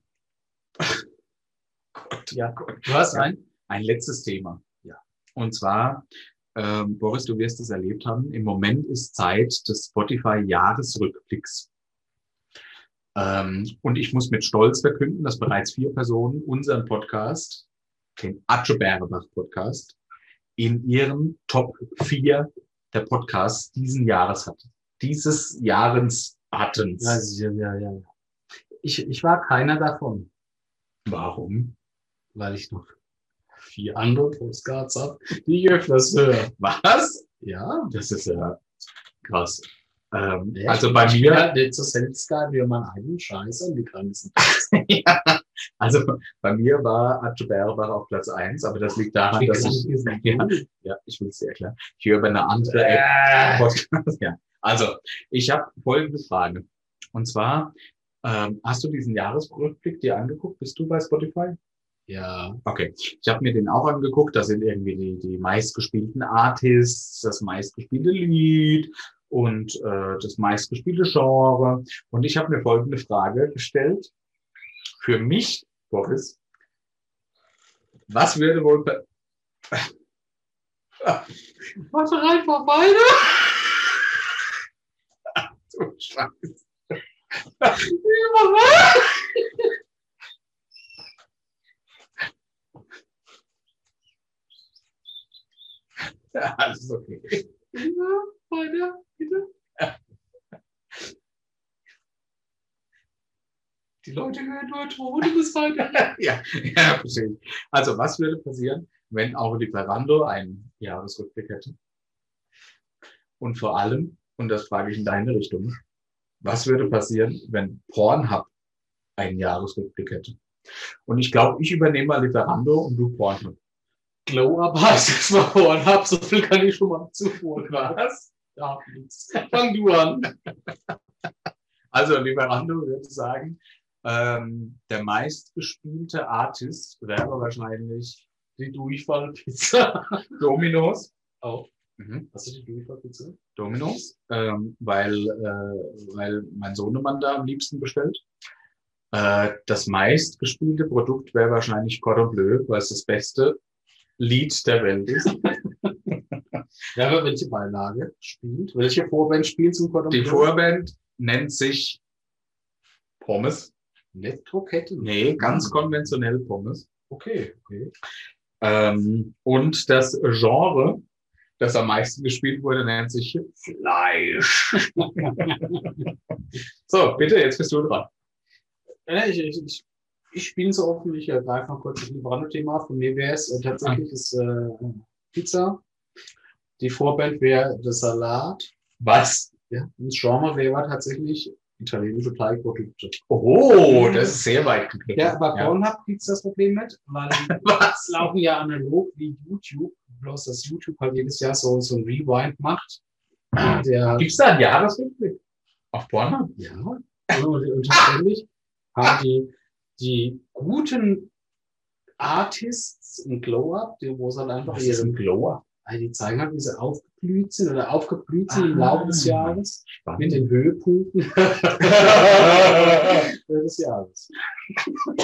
Ja, du hast
Ja.
ein.
ein letztes Thema.
Ja.
Und zwar, ähm, Boris, du wirst es erlebt haben, im Moment ist Zeit des Spotify-Jahresrückblicks. Ähm, und ich muss mit Stolz verkünden, dass bereits vier Personen unseren Podcast, den Atsche Bärebach Podcast, in ihren Top 4 der Podcasts diesen Jahres hatten. Dieses Jahres hatten.
Ja, ja, ja, ja. Ich, ich war keiner davon,
Warum?
weil ich noch vier andere Postcards habe, die ich öfters höre.
Was?
Ja.
Das ist ja krass. Ähm,
Ja,
also
ich-
bei
ich
mir,
bin halt nicht so selbstgeil wie meinen eigenen Scheiß und die Grenzen.
also bei mir war Atschebärbach auf Platz eins, aber das liegt daran, dass ich, ja, ja, ich will es dir erklären, ich höre über eine andere App
Äh,
Podcast. Ja. Also, ich habe folgende Frage. Und zwar, ähm, hast du diesen Jahresrückblick dir angeguckt? Bist du bei Spotify?
ja,
Okay, ich habe mir den auch angeguckt. Da sind irgendwie die, die meistgespielten Artists, das meistgespielte Lied und äh, das meistgespielte Genre. Und ich habe mir folgende Frage gestellt. Für mich, Boris, was würde wohl... be-
warte rein, vorbei.
Du Scheiße. Ja, alles okay.
Freunde, bitte. Die Leute hören nur Tode bis weiter.
ja, ja, verstehe ich. Also, was würde passieren, wenn auch Lieferando einen Jahresrückblick hätte? Und vor allem, und das frage ich in deine Richtung, was würde passieren, wenn Pornhub einen Jahresrückblick hätte? Und ich glaube, ich übernehme mal Lieferando und du Pornhub.
Glow-Up heißt es mal vorhin hab, so viel kann ich schon mal zuvor. Was? Darf nichts. Fang du an.
Also, Lieferando würde sagen, Ähm, der meistgespielte Artist wäre wahrscheinlich die Durchfallpizza. Dominos. Auch. Mhm. Was ist die Durchfallpizza? Dominos. Ähm, weil, äh, weil mein Sohnemann da am liebsten bestellt. Äh, das meistgespielte Produkt wäre wahrscheinlich Cordon Bleu, weil es das beste Lied der Welt ist.
Ja, aber welche Beilage spielt? Welche Vorband spielt zum Cordon
Die
Bleu?
Vorband nennt sich Pommes.
Netto-Kette?
Nee, ganz konventionell Pommes.
Okay, okay.
Ähm, und das Genre, das am meisten gespielt wurde, nennt sich Fleisch. so, bitte, jetzt bist du dran.
Ja, ich, ich, ich, ich bin so offen, ich äh, greife noch kurz das Lieferando-Thema. Von mir wäre es äh,
Ah.
tatsächlich ist, äh, Pizza. Die Vorband wäre der Salat.
Was?
Ja, und das Genre wäre tatsächlich italienische Teigprodukte.
Oh, das ist sehr weit gegriffen.
Ja, aber Pornhub kriegt's das Problem mit, weil es laufen ja analog wie YouTube, bloß dass YouTube halt jedes Jahr so, so ein Rewind macht. Der,
Gibt es da einen Jahresrückblick? Auf Pornhub?
ja, und, und tatsächlich haben die, die guten Artists und Glow-Up, die- wo es halt einfach
Was ist
ihre,
ein Glower?
also die zeigen halt, wie sie aufgeblüht sind oder aufgeblüht sind im Laufe des
Ah.
Jahres mit
Spannend.
den Höhepunkten des Jahres.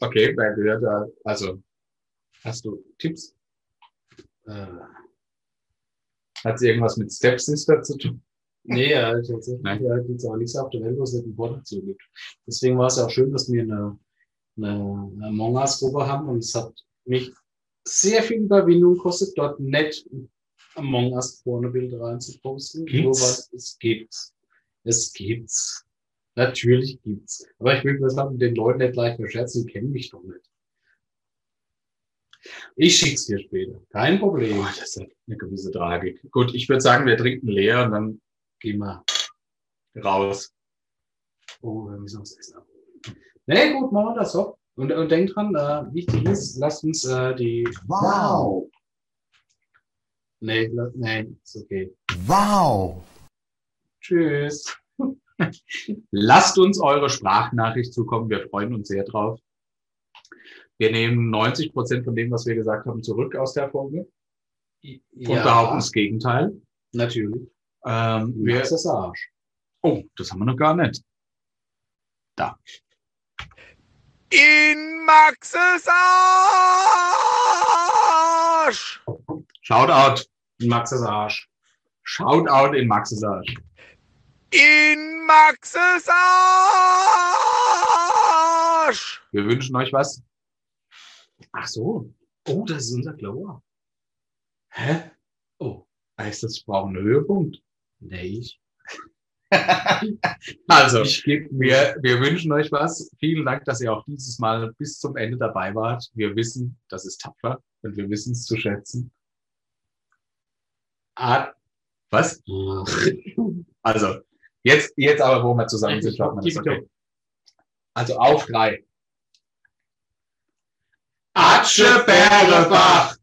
okay, wer gehört da? Also, hast du Tipps?
Äh,
Hat sie irgendwas mit Stepsister zu tun?
nee, ja, tatsächlich
Nein.
ja, gibt es auch nichts auf der Welt, wo es nicht ein Wort dazu gibt. Deswegen war es ja auch schön, dass wir eine, eine, eine Among Us-Gruppe haben und es hat mich sehr viel Überwindung gekostet, dort nicht Among us Pornobilder reinzuposten.
Gibt's?
Nur was es gibt. Es gibt's. Natürlich gibt's. Aber ich will das halt mit den Leuten nicht gleich verscherzen, die kennen mich doch nicht. Ich schick's dir später. Kein Problem.
Boah, das hat eine gewisse Tragik. Gut, ich würde sagen, wir trinken leer und dann
Geh mal.
raus.
Oh, wir müssen uns Essen abholen. Nee, gut, machen wir das so. Und, und denkt dran, äh, wichtig ist, lasst uns äh, die. Wow! Nee, la- nee, ist okay.
Wow!
Tschüss.
Lasst uns eure Sprachnachricht zukommen. Wir freuen uns sehr drauf. Wir nehmen 90 Prozent von dem, was wir gesagt haben, zurück aus der Folge
I-
und behaupten das Gegenteil.
natürlich.
Ähm, wir,
Max ist der Arsch.
oh, das haben wir noch gar nicht.
In Maxes Arsch!
Shoutout.
Max ist der Arsch.
Shoutout in Maxes Arsch.
In Maxes Arsch!
Wir wünschen euch was.
Ach so. Oh, das ist unser Glower.
Hä?
Oh,
Heißt das, ich brauche einen Höhepunkt?
nee, ich.
Also,
Ich gebe
Wir, wir wünschen euch was. Vielen Dank, dass ihr auch dieses Mal bis zum Ende dabei wart. Wir wissen, das ist tapfer und wir wissen es zu schätzen. Ah, was?
Oh.
Also, jetzt, jetzt aber, wo wir zusammen sind, schafft man das okay. Also auf drei. Atschebergebach!